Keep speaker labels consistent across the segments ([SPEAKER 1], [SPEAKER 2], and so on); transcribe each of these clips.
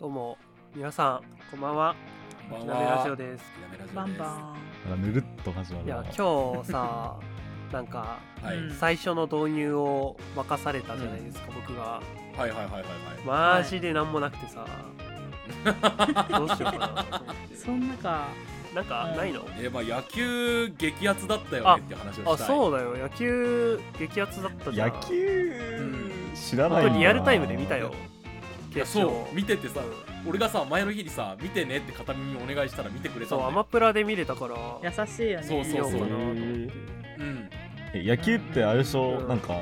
[SPEAKER 1] どうも皆さんこんばんは。
[SPEAKER 2] こ
[SPEAKER 1] き
[SPEAKER 2] ん
[SPEAKER 1] な
[SPEAKER 2] ば
[SPEAKER 1] め
[SPEAKER 2] ん
[SPEAKER 1] ラ
[SPEAKER 2] は
[SPEAKER 1] ジオです。
[SPEAKER 2] きなめラジオです。
[SPEAKER 3] バンバ
[SPEAKER 4] あらぬるっと始まる
[SPEAKER 1] い
[SPEAKER 4] な
[SPEAKER 1] や今日 さなんか
[SPEAKER 2] はい、
[SPEAKER 3] うん
[SPEAKER 1] 最初の導入を任されたじゃないですか、僕が
[SPEAKER 2] はいはいはいはい
[SPEAKER 1] マジで何もなくてさ、
[SPEAKER 2] は
[SPEAKER 1] どうしようかなと思っ
[SPEAKER 3] ー
[SPEAKER 1] て
[SPEAKER 3] ンそんなか
[SPEAKER 1] なんかないの、
[SPEAKER 2] い。えまあ野球激アツだったよねっていう話をしたい。
[SPEAKER 1] あそうだよ野球激アツだったじゃん
[SPEAKER 4] 野球、
[SPEAKER 2] ん
[SPEAKER 4] 知らな
[SPEAKER 1] 本
[SPEAKER 4] いな
[SPEAKER 1] 当にリアルタイムで見たよ
[SPEAKER 2] いや
[SPEAKER 1] 決勝
[SPEAKER 2] そう見ててさ、俺がさ前の日にさ見てねって片耳お願いしたら見てくれた
[SPEAKER 1] そ
[SPEAKER 2] ん
[SPEAKER 1] う
[SPEAKER 2] だ
[SPEAKER 1] ア
[SPEAKER 2] よ
[SPEAKER 1] マプラで見れたから
[SPEAKER 3] 優しいよね
[SPEAKER 2] そう
[SPEAKER 1] 見ようかなと思って
[SPEAKER 4] へー
[SPEAKER 2] うん。
[SPEAKER 4] え野球ってあれでしょ、
[SPEAKER 1] うん
[SPEAKER 4] なんか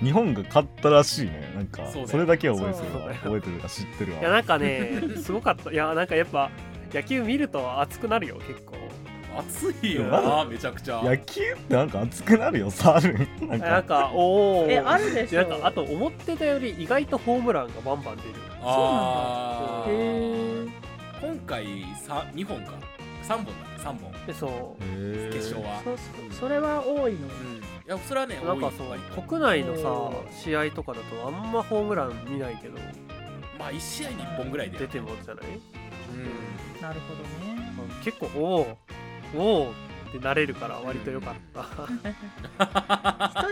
[SPEAKER 4] 日本が勝ったらしいねなんか
[SPEAKER 2] そうだよ
[SPEAKER 4] それだけは覚えて
[SPEAKER 1] そ
[SPEAKER 4] る
[SPEAKER 1] うだ
[SPEAKER 4] わ
[SPEAKER 1] よ
[SPEAKER 4] 覚えてるか知ってる
[SPEAKER 1] いや
[SPEAKER 4] わ
[SPEAKER 1] なんかねすごかったいやなんかやっぱ野球見ると熱くなるよ結構
[SPEAKER 2] 熱いよなめちゃくちゃ。
[SPEAKER 4] 野球ってなんか熱くなるよさあるなん
[SPEAKER 1] なん
[SPEAKER 4] か
[SPEAKER 1] かおお
[SPEAKER 3] えあるでしょ
[SPEAKER 1] なんかあと思ってたより意外とホームランがバンバン出る
[SPEAKER 2] あ
[SPEAKER 1] そ
[SPEAKER 2] あ
[SPEAKER 1] う
[SPEAKER 3] へ
[SPEAKER 2] 今回さ二本か三本だ三本
[SPEAKER 1] でそ
[SPEAKER 4] へー
[SPEAKER 2] 決勝は。
[SPEAKER 3] そそそれは多いの
[SPEAKER 2] うん。いやそれはね
[SPEAKER 1] うなんか
[SPEAKER 2] 多い
[SPEAKER 1] そう国内の
[SPEAKER 3] お
[SPEAKER 1] さ試合とかだとあんまホームラン見ないけど
[SPEAKER 2] まあ一試合に一本ぐらいで。
[SPEAKER 1] 出てもじゃない
[SPEAKER 2] うん
[SPEAKER 3] なるほどね
[SPEAKER 1] 結構おおおおってなれるから割と良かった、
[SPEAKER 3] 一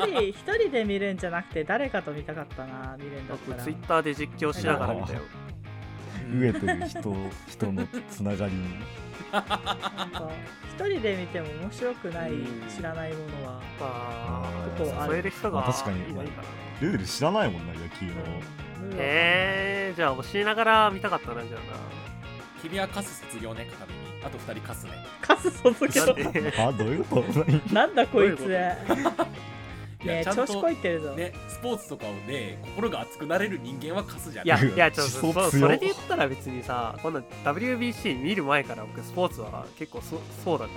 [SPEAKER 3] 人一人で見るんじゃなくて誰かと見たかったな見るんだったら
[SPEAKER 1] ツイッターで実況しながら見たよ
[SPEAKER 4] 飢えてる 人人のつながりに
[SPEAKER 3] なんか一人で見ても面白くない
[SPEAKER 2] うん
[SPEAKER 3] 知らないものは
[SPEAKER 1] あ
[SPEAKER 4] あ
[SPEAKER 1] ー
[SPEAKER 4] ー
[SPEAKER 1] そうそういう人が
[SPEAKER 4] まあ確かに
[SPEAKER 1] いないから
[SPEAKER 4] ルール知らないもんな野球の
[SPEAKER 3] うん
[SPEAKER 1] えー、じゃあ教えながら見たかったな じゃあ
[SPEAKER 2] 君はカス卒業ね片耳。あと二人カスね。
[SPEAKER 3] カス卒業
[SPEAKER 1] ななんで
[SPEAKER 4] あどういうこと
[SPEAKER 3] な
[SPEAKER 4] 何
[SPEAKER 3] んだこいつ
[SPEAKER 1] どうい
[SPEAKER 3] ね
[SPEAKER 2] いや
[SPEAKER 3] え
[SPEAKER 2] ちゃん
[SPEAKER 3] 調子
[SPEAKER 2] と
[SPEAKER 3] こいてるぞ
[SPEAKER 2] ね、スポーツとかをね、心が熱くなれる人間はカスじゃ
[SPEAKER 1] い
[SPEAKER 2] な
[SPEAKER 1] や
[SPEAKER 2] い。
[SPEAKER 1] いやちょっと
[SPEAKER 4] 思想
[SPEAKER 1] そ
[SPEAKER 4] 強
[SPEAKER 1] それで言ったら別にさこんな WBC 見る前から僕スポーツは結構そそうだか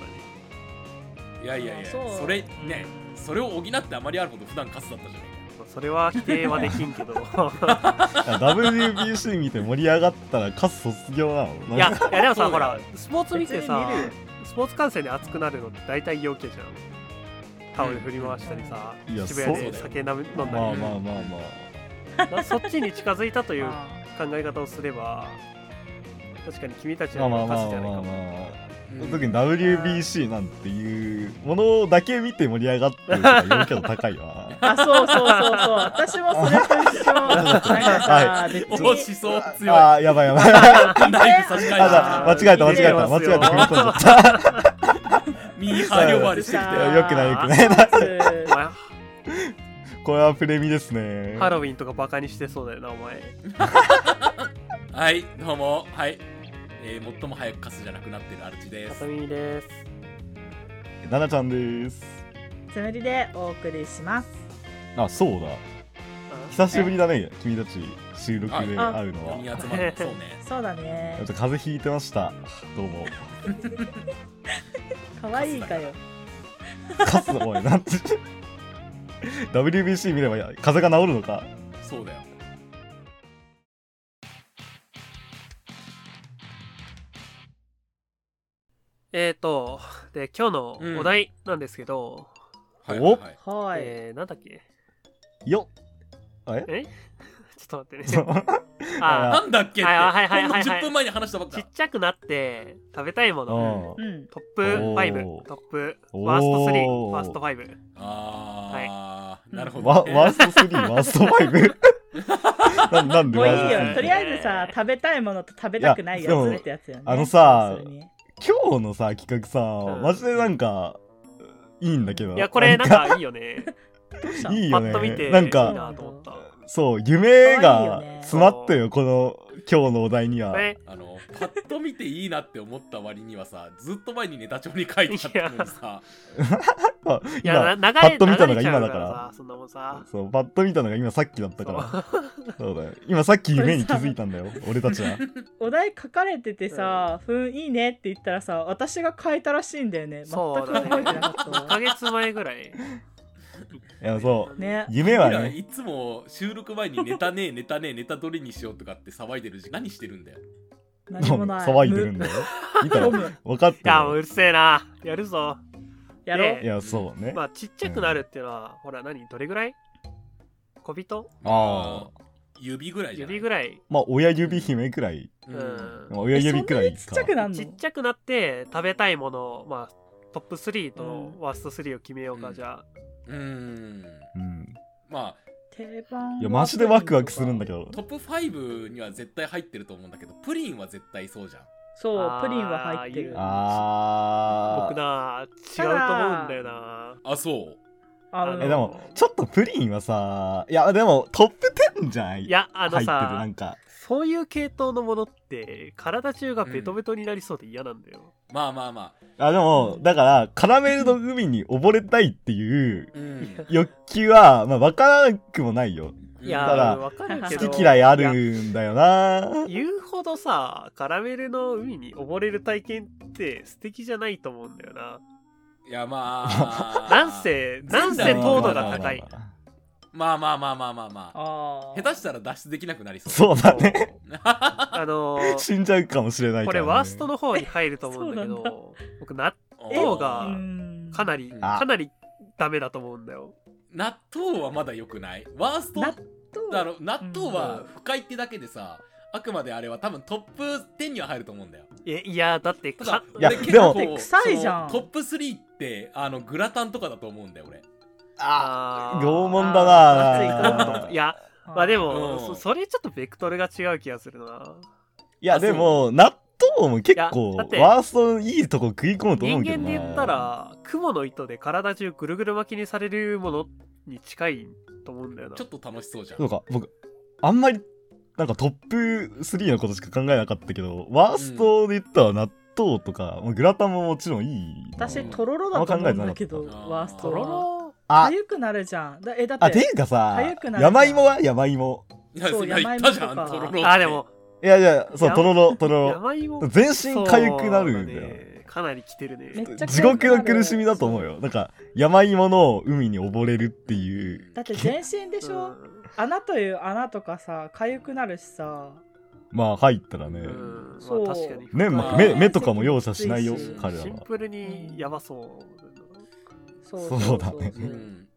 [SPEAKER 1] らね
[SPEAKER 2] いやいやいや、
[SPEAKER 3] そう
[SPEAKER 2] それね、それを補ってあまりあるほど普段カスだったじゃないか。
[SPEAKER 1] それは否定はできん けどい
[SPEAKER 4] あ WBC 見て盛り上がったらカス卒業なのなんか
[SPEAKER 1] やいやでも
[SPEAKER 2] そ
[SPEAKER 1] さ
[SPEAKER 2] う
[SPEAKER 1] ほ
[SPEAKER 2] だよ
[SPEAKER 1] らスポーツ見てさ
[SPEAKER 3] 別に見るよ
[SPEAKER 1] スポーツ観戦で熱くなるのって大体陽気じゃんタオル振り回したりさ、
[SPEAKER 4] うんいや
[SPEAKER 1] 渋谷
[SPEAKER 2] そ
[SPEAKER 1] で
[SPEAKER 2] うだよ
[SPEAKER 1] 酒飲んだり、
[SPEAKER 4] まあまあまあまあ
[SPEAKER 1] なそっちに近づいたという
[SPEAKER 3] あ
[SPEAKER 1] 考え方をすれば確かに君たち
[SPEAKER 4] まあまあ
[SPEAKER 1] の
[SPEAKER 4] ま
[SPEAKER 1] パ
[SPEAKER 4] あ
[SPEAKER 1] スじゃない
[SPEAKER 4] ま
[SPEAKER 1] かも
[SPEAKER 4] あまあ
[SPEAKER 2] うん
[SPEAKER 4] 特に WBC なんていうものだけ見て盛り上がってるとか言うけど高いわ
[SPEAKER 3] あそうそうそうそう私もそれと一緒なんかさ別
[SPEAKER 2] お思
[SPEAKER 3] に
[SPEAKER 2] 想強い。
[SPEAKER 4] あーやばいやばいあ
[SPEAKER 2] ナイフ差し替え
[SPEAKER 4] だ
[SPEAKER 2] た
[SPEAKER 1] あ。
[SPEAKER 4] 間違えた間違えた間
[SPEAKER 1] 見
[SPEAKER 4] 違
[SPEAKER 1] て
[SPEAKER 4] えた組み
[SPEAKER 1] ますよ
[SPEAKER 4] 込んじゃった
[SPEAKER 2] ミーハー呼ばれしてきて。
[SPEAKER 3] あ
[SPEAKER 4] い
[SPEAKER 3] ー
[SPEAKER 4] やよくないよくな い
[SPEAKER 1] お前
[SPEAKER 4] これはプレミですね
[SPEAKER 1] ハロウィンとかバカにしてそうだよなお前
[SPEAKER 2] はい、どうも。はい。えー、最も早くカスじゃなくなってるアルチです
[SPEAKER 1] 片。耳です
[SPEAKER 4] ななちゃんです
[SPEAKER 3] つむりでお送りします
[SPEAKER 4] あそうだ久しぶりだね君たち収録で
[SPEAKER 3] あ
[SPEAKER 4] 会うのは
[SPEAKER 2] みん
[SPEAKER 4] ちょ
[SPEAKER 2] な集まって、そうね。
[SPEAKER 3] そうだ
[SPEAKER 4] っ
[SPEAKER 3] ね
[SPEAKER 4] と風邪ひいてましたどうも
[SPEAKER 3] 可愛いかよ
[SPEAKER 4] カスおいなんて WBC 見ればや風邪が治るのか
[SPEAKER 2] そうだよ。
[SPEAKER 1] えーとで今日のお題なんですけど、
[SPEAKER 2] はい
[SPEAKER 4] お
[SPEAKER 2] はい
[SPEAKER 3] はい、
[SPEAKER 1] えー、なんだっけ
[SPEAKER 4] よっえ
[SPEAKER 1] え ちょっと待 ってね
[SPEAKER 2] な
[SPEAKER 1] あ
[SPEAKER 2] んだっけって、
[SPEAKER 1] はいはいはいはい
[SPEAKER 2] ほ
[SPEAKER 1] はい
[SPEAKER 2] んの10分前に話したばっ
[SPEAKER 1] ーちっ
[SPEAKER 2] か。
[SPEAKER 1] ちゃくなって食べたいもの
[SPEAKER 4] うん
[SPEAKER 3] うん
[SPEAKER 1] トップ
[SPEAKER 4] お
[SPEAKER 1] 5
[SPEAKER 4] ー
[SPEAKER 1] トップ
[SPEAKER 4] おー
[SPEAKER 1] ワースト3ワースト5
[SPEAKER 2] あー、
[SPEAKER 3] い
[SPEAKER 2] なるほど
[SPEAKER 4] わ
[SPEAKER 2] ね。
[SPEAKER 4] ワースト3、ワースト 5? ななんで
[SPEAKER 3] もうい
[SPEAKER 4] ワ
[SPEAKER 3] い
[SPEAKER 4] ースト
[SPEAKER 3] よ。と
[SPEAKER 4] 3
[SPEAKER 3] りあえずさ、食べたいものと食べたくないや
[SPEAKER 4] いやで
[SPEAKER 3] つ
[SPEAKER 4] も
[SPEAKER 3] ってやつよね。
[SPEAKER 4] あのさ
[SPEAKER 3] 要するに
[SPEAKER 4] 今日のさ、企画さ
[SPEAKER 1] う、ん
[SPEAKER 4] マジでなんか、いいんだけど。
[SPEAKER 1] いやこれなんかいいよね
[SPEAKER 3] どうした
[SPEAKER 4] いい
[SPEAKER 1] パ
[SPEAKER 4] よ
[SPEAKER 1] ッと見
[SPEAKER 4] ね。
[SPEAKER 1] て
[SPEAKER 4] なん
[SPEAKER 1] いい
[SPEAKER 4] か、
[SPEAKER 1] なと思った
[SPEAKER 4] そう、夢
[SPEAKER 3] 可愛いよ
[SPEAKER 4] が
[SPEAKER 3] ね
[SPEAKER 4] 詰まってるよ、この、今日のお題には
[SPEAKER 1] こ。れ
[SPEAKER 2] あの、パッと見ていいなって思った割にはさ、ずっと前にネタ帳に書いてあったのにさ、
[SPEAKER 4] あ
[SPEAKER 1] いやな
[SPEAKER 4] 今、
[SPEAKER 1] 流
[SPEAKER 4] パ
[SPEAKER 1] れ
[SPEAKER 4] ッと見たの
[SPEAKER 1] 流
[SPEAKER 4] が
[SPEAKER 1] れちゃう
[SPEAKER 4] 今だから
[SPEAKER 1] さそんなもんさ
[SPEAKER 4] そう、パッと見たのが今さっきだった から。そうだよ。今さっき夢に気づいたんだよ、俺たちは。
[SPEAKER 3] お題書かれててさ、ふん、いいねって言ったらさ、私が書いたらしいんだよね。全く
[SPEAKER 1] そう
[SPEAKER 3] 覚
[SPEAKER 1] だね
[SPEAKER 3] えてなかっ
[SPEAKER 1] 1ヶ月前ぐらい
[SPEAKER 4] いや、そう。
[SPEAKER 3] ね。
[SPEAKER 4] 夢は
[SPEAKER 2] 君ら
[SPEAKER 4] ね、
[SPEAKER 2] いつも収録前にネタねえネタねえネタどれにしようとかって騒いでる時何してるんだよ
[SPEAKER 4] も
[SPEAKER 3] 何
[SPEAKER 4] う
[SPEAKER 3] もない。
[SPEAKER 4] 騒いでるんだよ。見たら、
[SPEAKER 3] む
[SPEAKER 4] 分かっ
[SPEAKER 1] い
[SPEAKER 4] てる
[SPEAKER 1] やもう
[SPEAKER 4] よ。
[SPEAKER 1] うるせえなやるぞ
[SPEAKER 3] やろう。
[SPEAKER 4] いや、そうね
[SPEAKER 1] ま。あちっちゃくなるっていうのは、ほら何どれぐらい小人
[SPEAKER 4] ああ。
[SPEAKER 2] 指ぐらいじゃない
[SPEAKER 1] 指ぐらい、
[SPEAKER 4] まあ親指姫くらい、
[SPEAKER 1] うん
[SPEAKER 2] うん
[SPEAKER 4] まあ親指くらい
[SPEAKER 3] えそんなにちっ
[SPEAKER 4] か
[SPEAKER 3] ちゃくなんの
[SPEAKER 1] ちっちゃくなって食べたいもの、まあ、トップ3と
[SPEAKER 3] うん
[SPEAKER 1] ワースト3を決めようか、
[SPEAKER 2] うん
[SPEAKER 1] じゃあ
[SPEAKER 2] うん
[SPEAKER 4] うん
[SPEAKER 2] ま
[SPEAKER 3] 定番
[SPEAKER 4] いやマジでワクワクするんだけど
[SPEAKER 2] あトップ5には絶対入ってると思うんだけどプリンは絶対そうじゃん
[SPEAKER 3] そうプリンは入ってる
[SPEAKER 1] あ
[SPEAKER 3] あ
[SPEAKER 4] あ
[SPEAKER 1] 僕
[SPEAKER 4] ー
[SPEAKER 1] な違うと思うんだよな
[SPEAKER 2] あそう
[SPEAKER 1] あの
[SPEAKER 4] え でもちょっとプリンはさいやでもトップ10じゃない
[SPEAKER 1] いやあの
[SPEAKER 4] 入ってるな
[SPEAKER 1] さ
[SPEAKER 4] んか
[SPEAKER 1] そういう系統のものって体中がベトベトになりそうで嫌なんだよ、
[SPEAKER 2] まあまあまあ
[SPEAKER 4] あでもだからカラメルの海に溺れたいっていう
[SPEAKER 2] うん
[SPEAKER 4] 欲求はまあ分からなくもないよ
[SPEAKER 1] いや
[SPEAKER 4] ただ
[SPEAKER 1] わかるけど
[SPEAKER 4] 好き嫌いあ
[SPEAKER 1] いや
[SPEAKER 4] るんだよな
[SPEAKER 1] 言うほどさカラメルの海に溺れる体験って素敵じゃないと思うんだよない
[SPEAKER 2] やまあ
[SPEAKER 1] なんせなんせ
[SPEAKER 2] 全然
[SPEAKER 1] 糖度が高い
[SPEAKER 2] まあまあまあまあまあまあ
[SPEAKER 3] あー
[SPEAKER 2] 下手したら脱出できなくなりそう
[SPEAKER 4] そうだね
[SPEAKER 1] あの
[SPEAKER 4] 死んじゃうかもしれない
[SPEAKER 1] こ
[SPEAKER 4] か
[SPEAKER 1] れ
[SPEAKER 4] らね
[SPEAKER 1] ワーストの方に入ると思うんだけ
[SPEAKER 3] そうなん
[SPEAKER 1] ど僕納
[SPEAKER 2] う
[SPEAKER 1] 糖が
[SPEAKER 3] うん
[SPEAKER 1] かなり
[SPEAKER 2] うん
[SPEAKER 1] かなりダメだと思うんだよ
[SPEAKER 2] 納豆はまだ良くないワースト
[SPEAKER 3] 納豆
[SPEAKER 2] だろ納豆は不快ってだけでさあくまであれは多分トップ10には入ると思うんだよ
[SPEAKER 1] えいやだって
[SPEAKER 2] ただ
[SPEAKER 1] か
[SPEAKER 4] いや
[SPEAKER 2] 俺結
[SPEAKER 4] でも
[SPEAKER 2] 構
[SPEAKER 3] だって臭いじゃん
[SPEAKER 2] そのトップ3ってあのグラタンとかだと思うんだよ俺
[SPEAKER 4] あ
[SPEAKER 1] あー
[SPEAKER 4] 拷問だ
[SPEAKER 3] あー
[SPEAKER 4] な
[SPEAKER 1] あーいやまあで
[SPEAKER 2] う
[SPEAKER 1] も
[SPEAKER 2] ん
[SPEAKER 1] そそれちょっとベクトルが違う気がするない
[SPEAKER 4] やでも納豆も結
[SPEAKER 1] い
[SPEAKER 4] 構
[SPEAKER 1] やだって
[SPEAKER 4] ワーストのいいとこ食い込むと
[SPEAKER 1] 人
[SPEAKER 4] 思うけど
[SPEAKER 1] 間
[SPEAKER 4] な
[SPEAKER 1] で言ったら蜘蛛の糸で体中ぐるぐる巻きにされるものに近いと思うんだよな
[SPEAKER 2] ちょっと楽しそうじゃん
[SPEAKER 4] そうか僕あんまりなんかトップ3のことしか考えなかったけどワーストで言ったら納豆とか、まあグラタンももちろんいいな
[SPEAKER 3] 私とろろだと思うんだけど
[SPEAKER 2] あんま考えてなかった
[SPEAKER 3] ワースト
[SPEAKER 1] とろ
[SPEAKER 3] は
[SPEAKER 1] ろ
[SPEAKER 4] あ
[SPEAKER 3] かゆくなるじゃんだえだ
[SPEAKER 4] あ
[SPEAKER 3] って
[SPEAKER 4] っていうかさ
[SPEAKER 3] 痒くなるから
[SPEAKER 4] 山芋は山芋
[SPEAKER 2] いや
[SPEAKER 3] そう
[SPEAKER 2] 今言ったじゃん
[SPEAKER 3] 山芋と
[SPEAKER 2] と
[SPEAKER 3] か
[SPEAKER 2] ろろって
[SPEAKER 1] あでも
[SPEAKER 4] いやいやそうとろろとろ
[SPEAKER 1] 山芋
[SPEAKER 4] ろ全身痒くなるんだよ
[SPEAKER 1] ねかなり来てる
[SPEAKER 3] めっ
[SPEAKER 1] ね
[SPEAKER 3] ちゃ痒くなる
[SPEAKER 4] 地獄の苦しみだと思うよなんか山芋の海に溺れるっていう
[SPEAKER 3] だって全身でし
[SPEAKER 1] う
[SPEAKER 3] ょ
[SPEAKER 1] ん
[SPEAKER 3] 穴という穴とかさかゆくなるしさ
[SPEAKER 4] まあ入ったらね、
[SPEAKER 1] うんまあ
[SPEAKER 3] そう
[SPEAKER 1] 確かに
[SPEAKER 4] 粘
[SPEAKER 2] まあ
[SPEAKER 4] 膜目目とかも容赦しないよ
[SPEAKER 3] きついし
[SPEAKER 4] 彼ら
[SPEAKER 1] シン
[SPEAKER 4] は
[SPEAKER 1] プルにやばそう
[SPEAKER 3] そう
[SPEAKER 4] そうだね
[SPEAKER 3] そううそうん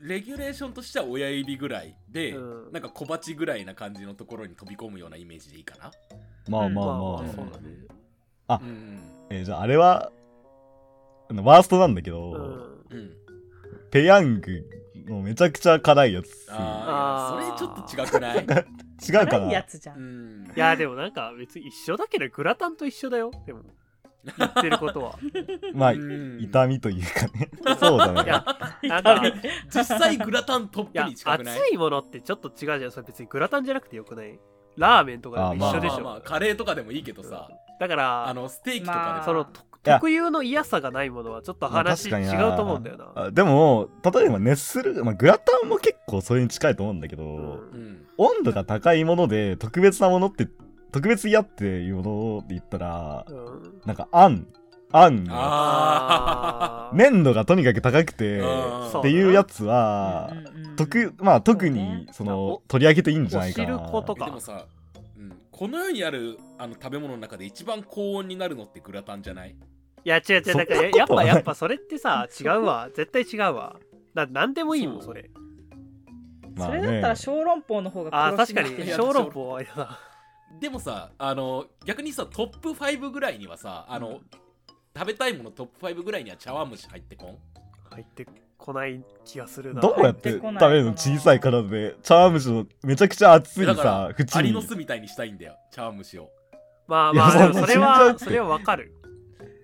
[SPEAKER 2] レギュレーションとしては親指ぐらいで、
[SPEAKER 1] うん
[SPEAKER 2] なんか小鉢ぐらいな感じのところに飛び込むようなイメージでいいかな、
[SPEAKER 4] まあまあまあ、
[SPEAKER 1] まあまあそうだね
[SPEAKER 4] あ
[SPEAKER 2] うん
[SPEAKER 4] えーじゃああれはあのワーストなんだけど、
[SPEAKER 1] うん
[SPEAKER 2] うん、
[SPEAKER 4] ペヤングのめちゃくちゃ辛いやつ
[SPEAKER 2] あ
[SPEAKER 1] あー
[SPEAKER 2] あそれちょっと違くない、
[SPEAKER 4] 違うか
[SPEAKER 3] 辛いや
[SPEAKER 4] な
[SPEAKER 3] つじゃ
[SPEAKER 2] うんん、
[SPEAKER 1] いやでもなんか別に一緒だけどグラタンと一緒だよでも言ってること は
[SPEAKER 4] まあ、
[SPEAKER 2] うん
[SPEAKER 4] 痛みというか ねそうだ
[SPEAKER 1] い
[SPEAKER 4] ね
[SPEAKER 1] やなんかい
[SPEAKER 2] 実際グラタントップ
[SPEAKER 1] や
[SPEAKER 2] に近くない
[SPEAKER 1] 熱いものってちょっと違うじゃんそれ別にグラタンじゃなくてよくないラーメンとかでも
[SPEAKER 4] あ
[SPEAKER 1] 一緒でし
[SPEAKER 2] まあ
[SPEAKER 1] ょ、
[SPEAKER 2] まあまあカレーとかでもいいけどさ、
[SPEAKER 1] だか
[SPEAKER 2] あ
[SPEAKER 1] ら
[SPEAKER 2] のステーキとかで
[SPEAKER 1] そ
[SPEAKER 2] も、
[SPEAKER 1] の
[SPEAKER 3] ま
[SPEAKER 1] と
[SPEAKER 4] いや
[SPEAKER 1] 特有の嫌さがないものはちょっと
[SPEAKER 4] まあ
[SPEAKER 1] 話
[SPEAKER 4] 確かに
[SPEAKER 1] 違
[SPEAKER 4] な
[SPEAKER 1] うと思うんだよな、
[SPEAKER 4] あでも例えば熱する、まあ、グラタンも結構それに近いと思うんだけど、
[SPEAKER 1] うん
[SPEAKER 2] うん
[SPEAKER 4] 温度が高いもので特別なものって特別嫌っていうものって言ったら
[SPEAKER 1] うん
[SPEAKER 4] なんかあんあんが
[SPEAKER 2] あ
[SPEAKER 1] あー
[SPEAKER 4] 粘度がとにかく高くて
[SPEAKER 2] うん
[SPEAKER 4] っ
[SPEAKER 1] そ
[SPEAKER 4] ていうやつは
[SPEAKER 3] うんうんうん
[SPEAKER 4] 特まあ特
[SPEAKER 3] そうね
[SPEAKER 4] にその
[SPEAKER 1] お
[SPEAKER 4] 取り上げていいんじゃないか
[SPEAKER 1] お汁粉と
[SPEAKER 4] な
[SPEAKER 2] ーえでもさ、うん、この世にあるあの食べ物の中で一番高温になるのってグラタンじゃない
[SPEAKER 1] いや違う違う
[SPEAKER 4] そん
[SPEAKER 1] だ
[SPEAKER 4] な
[SPEAKER 1] から
[SPEAKER 4] こと
[SPEAKER 1] やっぱ
[SPEAKER 4] ない
[SPEAKER 1] やっぱそれってさ違うわ絶対違うわだなんでもいいもん
[SPEAKER 2] そ
[SPEAKER 1] そうれ
[SPEAKER 4] まあ
[SPEAKER 3] そ
[SPEAKER 4] ね
[SPEAKER 3] れだったら小籠包の方が
[SPEAKER 1] あー
[SPEAKER 3] 黒し
[SPEAKER 1] 確
[SPEAKER 3] な
[SPEAKER 1] か
[SPEAKER 3] って
[SPEAKER 1] に
[SPEAKER 3] る
[SPEAKER 1] 小籠包は嫌だ
[SPEAKER 2] でもさあの逆にさトップ5ぐらいにはさあの、食べたいものトップ5ぐらいには茶碗蒸し入ってこん
[SPEAKER 1] 入ってこない気がするな
[SPEAKER 4] どうやって食べるの小さい体で茶碗蒸しのめちゃくちゃ熱い
[SPEAKER 2] だから
[SPEAKER 4] さ縁
[SPEAKER 2] アリの
[SPEAKER 4] に
[SPEAKER 2] 巣みたいにしたいんだよ茶碗蒸しを
[SPEAKER 1] まあまあ
[SPEAKER 4] いや
[SPEAKER 1] でもそれ
[SPEAKER 4] そんな死んじゃうっ
[SPEAKER 1] は
[SPEAKER 4] て
[SPEAKER 1] それはわかる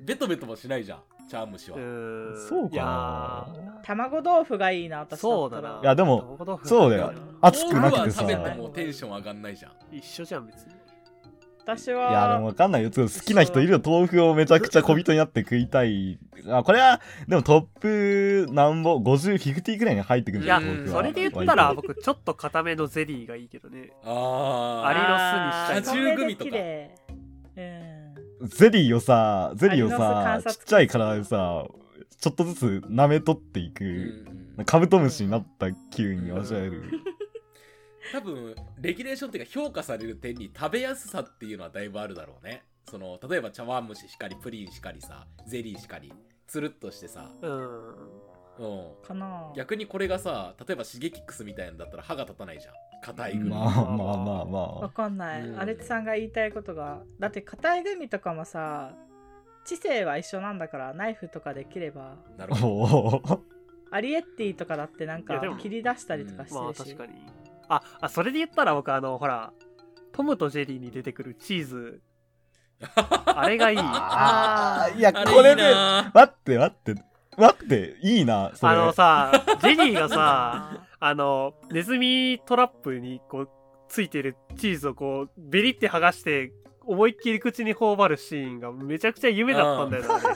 [SPEAKER 2] ベトベトもしないじゃん茶碗蒸し
[SPEAKER 1] う
[SPEAKER 2] は、
[SPEAKER 1] ーん
[SPEAKER 4] そう
[SPEAKER 1] いや
[SPEAKER 4] か
[SPEAKER 1] ー
[SPEAKER 4] な
[SPEAKER 3] 卵豆腐がいいな私だ
[SPEAKER 1] そ
[SPEAKER 3] っ
[SPEAKER 1] う
[SPEAKER 3] た
[SPEAKER 1] だ
[SPEAKER 3] ら
[SPEAKER 1] ない
[SPEAKER 4] やでも
[SPEAKER 1] も
[SPEAKER 4] そうだよ熱くなく
[SPEAKER 2] は
[SPEAKER 4] てさ
[SPEAKER 2] 食べて
[SPEAKER 4] い
[SPEAKER 2] もテンション上がんないじゃん
[SPEAKER 1] 一緒じゃん別に
[SPEAKER 3] 私は
[SPEAKER 4] やでもわかんないよちょっと好きな人いるよ豆腐をめちゃくちゃ小人になって食いたいあこれはでもトップなんぼ5050くらいに入ってくるん
[SPEAKER 1] い
[SPEAKER 4] じ
[SPEAKER 1] や
[SPEAKER 4] ゃん豆腐
[SPEAKER 1] そ
[SPEAKER 4] は
[SPEAKER 1] れで言ったら
[SPEAKER 4] 割と
[SPEAKER 1] 僕ちょっと固めのゼリーがいいけどね
[SPEAKER 2] あ
[SPEAKER 1] アリの巣
[SPEAKER 2] ー
[SPEAKER 1] にしたい
[SPEAKER 2] あー果汁グミとか
[SPEAKER 3] 綺麗うん
[SPEAKER 4] ゼリーをさゼリーを
[SPEAKER 3] ア
[SPEAKER 4] さ
[SPEAKER 3] リの巣観
[SPEAKER 4] ち
[SPEAKER 3] 察
[SPEAKER 4] っちゃい体でさちょっとずつ舐め取っていく、
[SPEAKER 2] うん
[SPEAKER 4] カブトムシになった急に味わえる。
[SPEAKER 2] 多分レギュレーションっていうか評価される点に食べやすさっていうのはだいぶあるだろうねその例えば茶碗蒸ししかりプリンしかりさゼリーしかりつるっとしてさ
[SPEAKER 1] うん
[SPEAKER 2] うん
[SPEAKER 3] かな
[SPEAKER 2] 逆にこれがさ例えばシゲキックスみたいなんだったら歯が立たないじゃん硬いぐらい、
[SPEAKER 4] まあまあまあ
[SPEAKER 3] わ
[SPEAKER 4] ま
[SPEAKER 3] かんない、
[SPEAKER 2] うん
[SPEAKER 3] アレツさんが言いたいことがだって硬いグミとかもさ知性は一緒なんだからナイフとかで切れば
[SPEAKER 2] なる
[SPEAKER 4] あ。
[SPEAKER 2] ほど
[SPEAKER 4] おお。
[SPEAKER 3] アリエッティとかだってなん
[SPEAKER 1] い
[SPEAKER 3] か
[SPEAKER 1] やでも
[SPEAKER 3] 切り出したりとかして
[SPEAKER 1] まあ
[SPEAKER 3] るし、
[SPEAKER 1] 確かにああそれで言ったら僕あのほらトムとジェリーに出てくるチー ズあれがいいあ
[SPEAKER 4] ああ、いや、
[SPEAKER 2] あ
[SPEAKER 4] これ
[SPEAKER 2] いい
[SPEAKER 4] で、
[SPEAKER 2] な
[SPEAKER 4] 待って待って、待って、いいな、それ。
[SPEAKER 1] のさジェリーがさ
[SPEAKER 3] あ
[SPEAKER 1] あのネズミトラップにこうついてるチーズをこうベリって剥がして思いっきり口に頬張るシーンがめちゃくちゃ夢だったんだよねあれ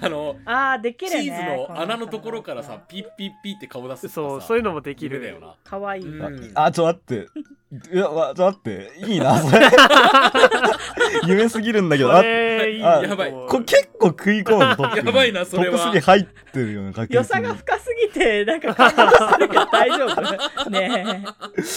[SPEAKER 2] あの
[SPEAKER 3] あーでき
[SPEAKER 2] チ
[SPEAKER 3] る
[SPEAKER 2] ー
[SPEAKER 3] ね
[SPEAKER 2] ズの穴のところから
[SPEAKER 3] こ
[SPEAKER 2] さ
[SPEAKER 3] の
[SPEAKER 2] ピッピッピって顔出すとかさ
[SPEAKER 1] そうそういうのもでき
[SPEAKER 2] 夢
[SPEAKER 1] る
[SPEAKER 2] だよな
[SPEAKER 3] かわいい、
[SPEAKER 2] うん
[SPEAKER 4] あ、ちょ、待って。いや、わちょ、待って。いいな、それ。夢すぎるんだけど、
[SPEAKER 1] こ
[SPEAKER 4] あこ
[SPEAKER 1] れいい
[SPEAKER 4] あ
[SPEAKER 2] やばい
[SPEAKER 4] れ結構食い込むのトップに
[SPEAKER 2] やばいなそれは
[SPEAKER 4] トップ3入ってるよね、確実に。
[SPEAKER 3] 良さが深すぎてなんか感動してるけど大 丈夫ね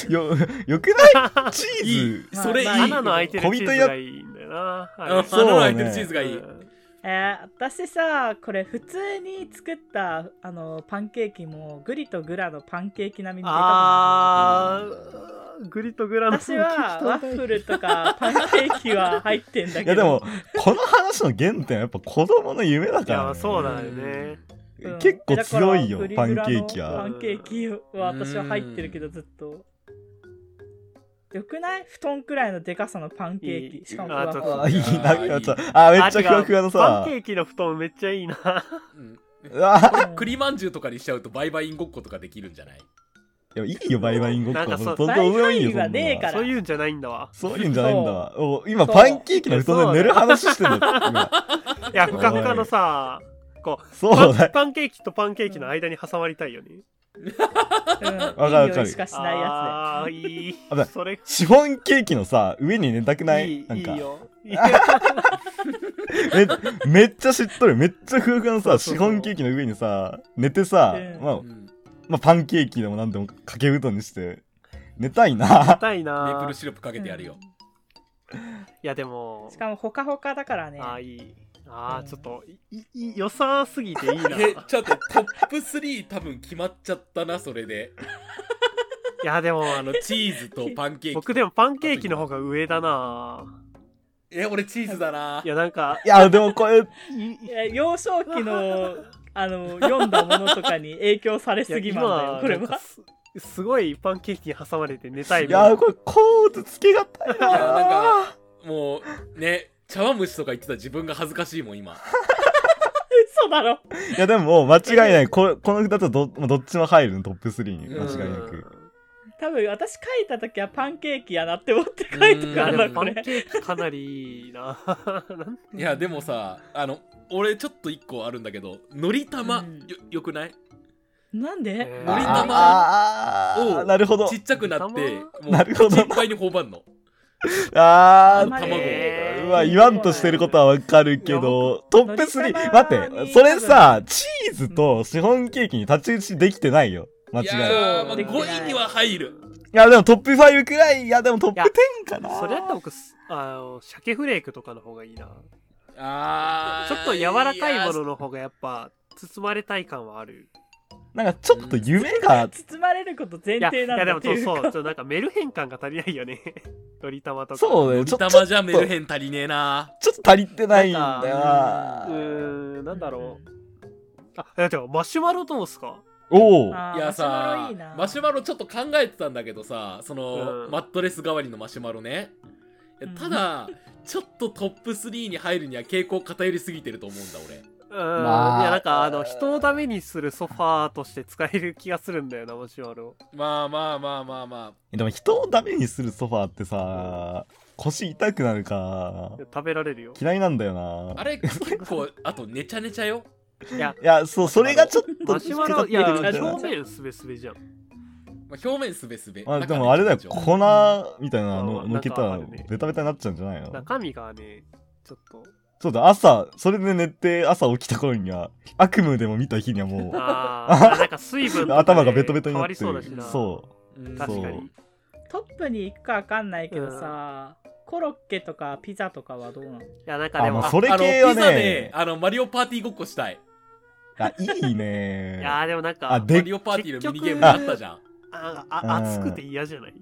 [SPEAKER 4] よ、よくないチ
[SPEAKER 2] いい
[SPEAKER 4] ーズ。
[SPEAKER 2] それいい
[SPEAKER 3] まあまあ
[SPEAKER 1] 穴の開いてるチーズがいいんだよな
[SPEAKER 2] うん
[SPEAKER 1] あれ
[SPEAKER 4] そうね
[SPEAKER 2] 穴の開いてるチーズがいい、
[SPEAKER 1] うん
[SPEAKER 3] え、えー私さこれ普通に作ったあのパンケーキもグリとグラのパンケーキ並みにでかくなる
[SPEAKER 1] あーグリとグラの
[SPEAKER 3] 私はワッフルとかパンケーキは入ってんだけど
[SPEAKER 4] いやでも、この話の原点はやっぱ子供の夢だ
[SPEAKER 1] い
[SPEAKER 4] から、
[SPEAKER 1] や
[SPEAKER 4] ね。
[SPEAKER 1] そうだよね
[SPEAKER 3] うん
[SPEAKER 4] 結構強いよ
[SPEAKER 3] だ、か
[SPEAKER 4] パ
[SPEAKER 3] ら
[SPEAKER 4] ンケーキ
[SPEAKER 3] パ
[SPEAKER 4] は。
[SPEAKER 3] ンケーキは私は入ってるけどずっとよくない布団くらいのでかさのパンケー
[SPEAKER 1] いい
[SPEAKER 3] キしかもふ
[SPEAKER 1] あ
[SPEAKER 3] わふ
[SPEAKER 1] ちょっ
[SPEAKER 3] わ
[SPEAKER 1] と
[SPEAKER 4] あ、いい
[SPEAKER 2] あーいい
[SPEAKER 4] な、ちょっと。あ、めっちゃ記憶が
[SPEAKER 1] パン
[SPEAKER 4] さ
[SPEAKER 1] ケ。ーキの布団めっちゃいいな
[SPEAKER 2] うん
[SPEAKER 4] あ
[SPEAKER 2] これ栗まんじゅうとかにしちゃうとバイバインごっことかできるんじゃない
[SPEAKER 4] いや、いいよ、バイバインごっ
[SPEAKER 1] なん
[SPEAKER 4] こ
[SPEAKER 1] か
[SPEAKER 4] は。
[SPEAKER 1] そう
[SPEAKER 4] どんどん上いい
[SPEAKER 3] バイバイ
[SPEAKER 4] よ、
[SPEAKER 3] ンはねえから
[SPEAKER 1] そういうんじゃないんだわ
[SPEAKER 4] そんなのそういうんじゃないんだわ。お今、
[SPEAKER 3] そう
[SPEAKER 4] パンケーキの布団で寝る話してんだよ。今
[SPEAKER 1] いやふかふかのさこう
[SPEAKER 4] そうだよ。
[SPEAKER 1] パンケーキとパンケーキの間に挟まりたいよね
[SPEAKER 3] うん
[SPEAKER 4] わかるわか
[SPEAKER 3] 匂
[SPEAKER 4] る
[SPEAKER 3] いしかしないや
[SPEAKER 1] ああいい
[SPEAKER 4] 危ない
[SPEAKER 1] それ
[SPEAKER 4] シフォンケーキのさ、上に寝たくない
[SPEAKER 1] いい
[SPEAKER 4] なんか
[SPEAKER 1] いいよいや
[SPEAKER 4] め、めっちゃしっとる。めっちゃ空間の
[SPEAKER 1] そ
[SPEAKER 4] さ、
[SPEAKER 1] うそうそう
[SPEAKER 4] シフォンケーキの上にさ、寝てさ
[SPEAKER 3] う、ん
[SPEAKER 4] まあ
[SPEAKER 2] う、んメ
[SPEAKER 4] まあ、パンケーキでも何でも掛け布団にして、寝たいな。
[SPEAKER 1] 硬い
[SPEAKER 2] ープ
[SPEAKER 1] な
[SPEAKER 2] ルシロップか
[SPEAKER 3] つ
[SPEAKER 2] け
[SPEAKER 3] ね
[SPEAKER 2] てやるよ、
[SPEAKER 1] いやでも
[SPEAKER 3] しかもほかほかだからね
[SPEAKER 1] ああいいああちょっといいい良さすぎていいな
[SPEAKER 2] え
[SPEAKER 1] い
[SPEAKER 2] ちょっとトップ3多分決まっちゃったなそれで
[SPEAKER 1] やでも
[SPEAKER 2] あのチーズとパンケーキ
[SPEAKER 1] 僕でもパンケーキの方が上だな
[SPEAKER 2] え俺チーズだない
[SPEAKER 1] やなんか
[SPEAKER 4] いや、でもこれ、
[SPEAKER 1] い
[SPEAKER 3] いや幼少期のあの読んだものとかに影響されすぎまんだよこれ
[SPEAKER 1] なんか
[SPEAKER 3] は
[SPEAKER 1] すすごいパンケーキに挟まれて寝たい
[SPEAKER 4] い
[SPEAKER 1] もん
[SPEAKER 4] や、これ、コーツつけがたいな。
[SPEAKER 2] いやなんかもうね茶碗蒸しとか言ってた自分が恥ずかしいもん今
[SPEAKER 3] 嘘だろ
[SPEAKER 4] いや、でも、間違いない。ここの2つはどどっちも入るの、トップ3に。間違いなく。
[SPEAKER 3] 多分私書いた時はパンケーキやなって思って書いて
[SPEAKER 1] い
[SPEAKER 3] か
[SPEAKER 1] や
[SPEAKER 3] ら
[SPEAKER 1] で
[SPEAKER 3] な
[SPEAKER 1] も
[SPEAKER 3] こ
[SPEAKER 1] パンケ
[SPEAKER 3] れ
[SPEAKER 1] ーキかなりいいななん
[SPEAKER 2] いやでもさあの俺ちょっと1個あるんだけどのり玉、
[SPEAKER 3] うん
[SPEAKER 2] よよくない
[SPEAKER 3] なんで、
[SPEAKER 1] えー
[SPEAKER 2] のり
[SPEAKER 4] あ
[SPEAKER 2] 玉
[SPEAKER 4] あー
[SPEAKER 2] を
[SPEAKER 4] なるほど
[SPEAKER 2] ち。っちゃくなってもう
[SPEAKER 4] なるほど
[SPEAKER 2] 口いっぱいに頬張んの
[SPEAKER 4] あー
[SPEAKER 3] 卵
[SPEAKER 1] えー
[SPEAKER 4] うわ、言わんとしてることはわかるけど、トップ
[SPEAKER 3] 乗り換え
[SPEAKER 4] 3、
[SPEAKER 3] は
[SPEAKER 4] 待って、それさ、チーズとシフォンケーキに太刀打ちできてないよ。間違
[SPEAKER 2] い
[SPEAKER 4] いない。い
[SPEAKER 2] やー、まあ、
[SPEAKER 3] できない
[SPEAKER 2] 5位には入る
[SPEAKER 4] や、でもトップ5くらい、いや、でもトップ
[SPEAKER 1] いや
[SPEAKER 4] 10かな。
[SPEAKER 1] それだったら僕すあの鮭フレークとかの方がいいな
[SPEAKER 2] あ
[SPEAKER 1] ちょっと柔らかいものの方がやっぱ包まれたい感はある
[SPEAKER 4] なんかちょっと夢が、
[SPEAKER 3] 包まれること前
[SPEAKER 1] いやい
[SPEAKER 3] 提なん
[SPEAKER 1] や
[SPEAKER 3] だ
[SPEAKER 1] で
[SPEAKER 3] っ
[SPEAKER 1] も
[SPEAKER 3] て
[SPEAKER 1] そう
[SPEAKER 3] いう
[SPEAKER 1] そうちょっと
[SPEAKER 3] か
[SPEAKER 1] なんかメルヘン感が足りないよね 鳥玉とか
[SPEAKER 4] そうだ
[SPEAKER 1] ね
[SPEAKER 4] よ、ちょっと、ちょ
[SPEAKER 2] 玉
[SPEAKER 4] っ
[SPEAKER 2] じゃメルヘン足りねえな
[SPEAKER 4] と足りてないんだよ
[SPEAKER 1] う
[SPEAKER 4] な。
[SPEAKER 1] ーんなんだろうあいやでもマシュマロどうすか
[SPEAKER 4] おお。
[SPEAKER 3] あー
[SPEAKER 2] いやさマシュ
[SPEAKER 3] マ
[SPEAKER 2] マロちょっと考えてたんだけどさその、
[SPEAKER 1] うん
[SPEAKER 2] マットレス代わりのマシュマロねいやただ、ちょっとトップ3に入るには傾向偏りすぎてると思うんだ俺
[SPEAKER 1] うーん、
[SPEAKER 4] まあ
[SPEAKER 1] いやなんかあの人をダメにするソファーとして使える気がするんだよなマシュマロ
[SPEAKER 2] まあまあまあまあま
[SPEAKER 4] でも人をダメにするソファーってさ、腰痛くなるか
[SPEAKER 1] いや、食べられるよ
[SPEAKER 4] 嫌いなんだよな
[SPEAKER 2] あ。あれ結構あとネチャネチャよ
[SPEAKER 1] いや
[SPEAKER 4] いや、そう、それがちょっと、
[SPEAKER 1] マシュマロいや表面すべすべじゃん
[SPEAKER 2] まあ、表面すべすべ。
[SPEAKER 4] まあ
[SPEAKER 2] 中
[SPEAKER 4] で
[SPEAKER 2] ね
[SPEAKER 4] もあれだよ、
[SPEAKER 2] ちょっと
[SPEAKER 4] 粉みたいな
[SPEAKER 1] う
[SPEAKER 4] の
[SPEAKER 1] ん
[SPEAKER 4] のっけた
[SPEAKER 1] な
[SPEAKER 4] ら
[SPEAKER 1] んかあるね
[SPEAKER 4] ベタベタになっちゃうんじゃないの
[SPEAKER 1] 中身がねちょっと
[SPEAKER 4] ちょっと朝、それで寝て朝起きた頃には悪夢でも見た日には も
[SPEAKER 1] あーなんか水分とかで
[SPEAKER 4] 頭がベトベトになってる
[SPEAKER 1] 変わりそう
[SPEAKER 4] う、
[SPEAKER 1] だしな
[SPEAKER 4] そ
[SPEAKER 2] うん
[SPEAKER 1] 確か
[SPEAKER 4] そう
[SPEAKER 1] に
[SPEAKER 3] トップに行くかわかんないけどさ、コロッケとかピザとかはどうなの
[SPEAKER 1] いやなん
[SPEAKER 4] う。
[SPEAKER 1] か
[SPEAKER 4] あ、
[SPEAKER 1] でも
[SPEAKER 4] まあ
[SPEAKER 1] あ
[SPEAKER 4] それ
[SPEAKER 2] あの
[SPEAKER 4] 系は
[SPEAKER 2] ピザ
[SPEAKER 4] ね
[SPEAKER 2] で、あのマリオパーティーごっこしたい。
[SPEAKER 4] あ、いいね
[SPEAKER 1] いやーでもなんか、
[SPEAKER 4] あで
[SPEAKER 2] マリオパーティーのミニゲームがあったじゃん
[SPEAKER 1] ああ
[SPEAKER 4] うん
[SPEAKER 1] 熱くて嫌じゃない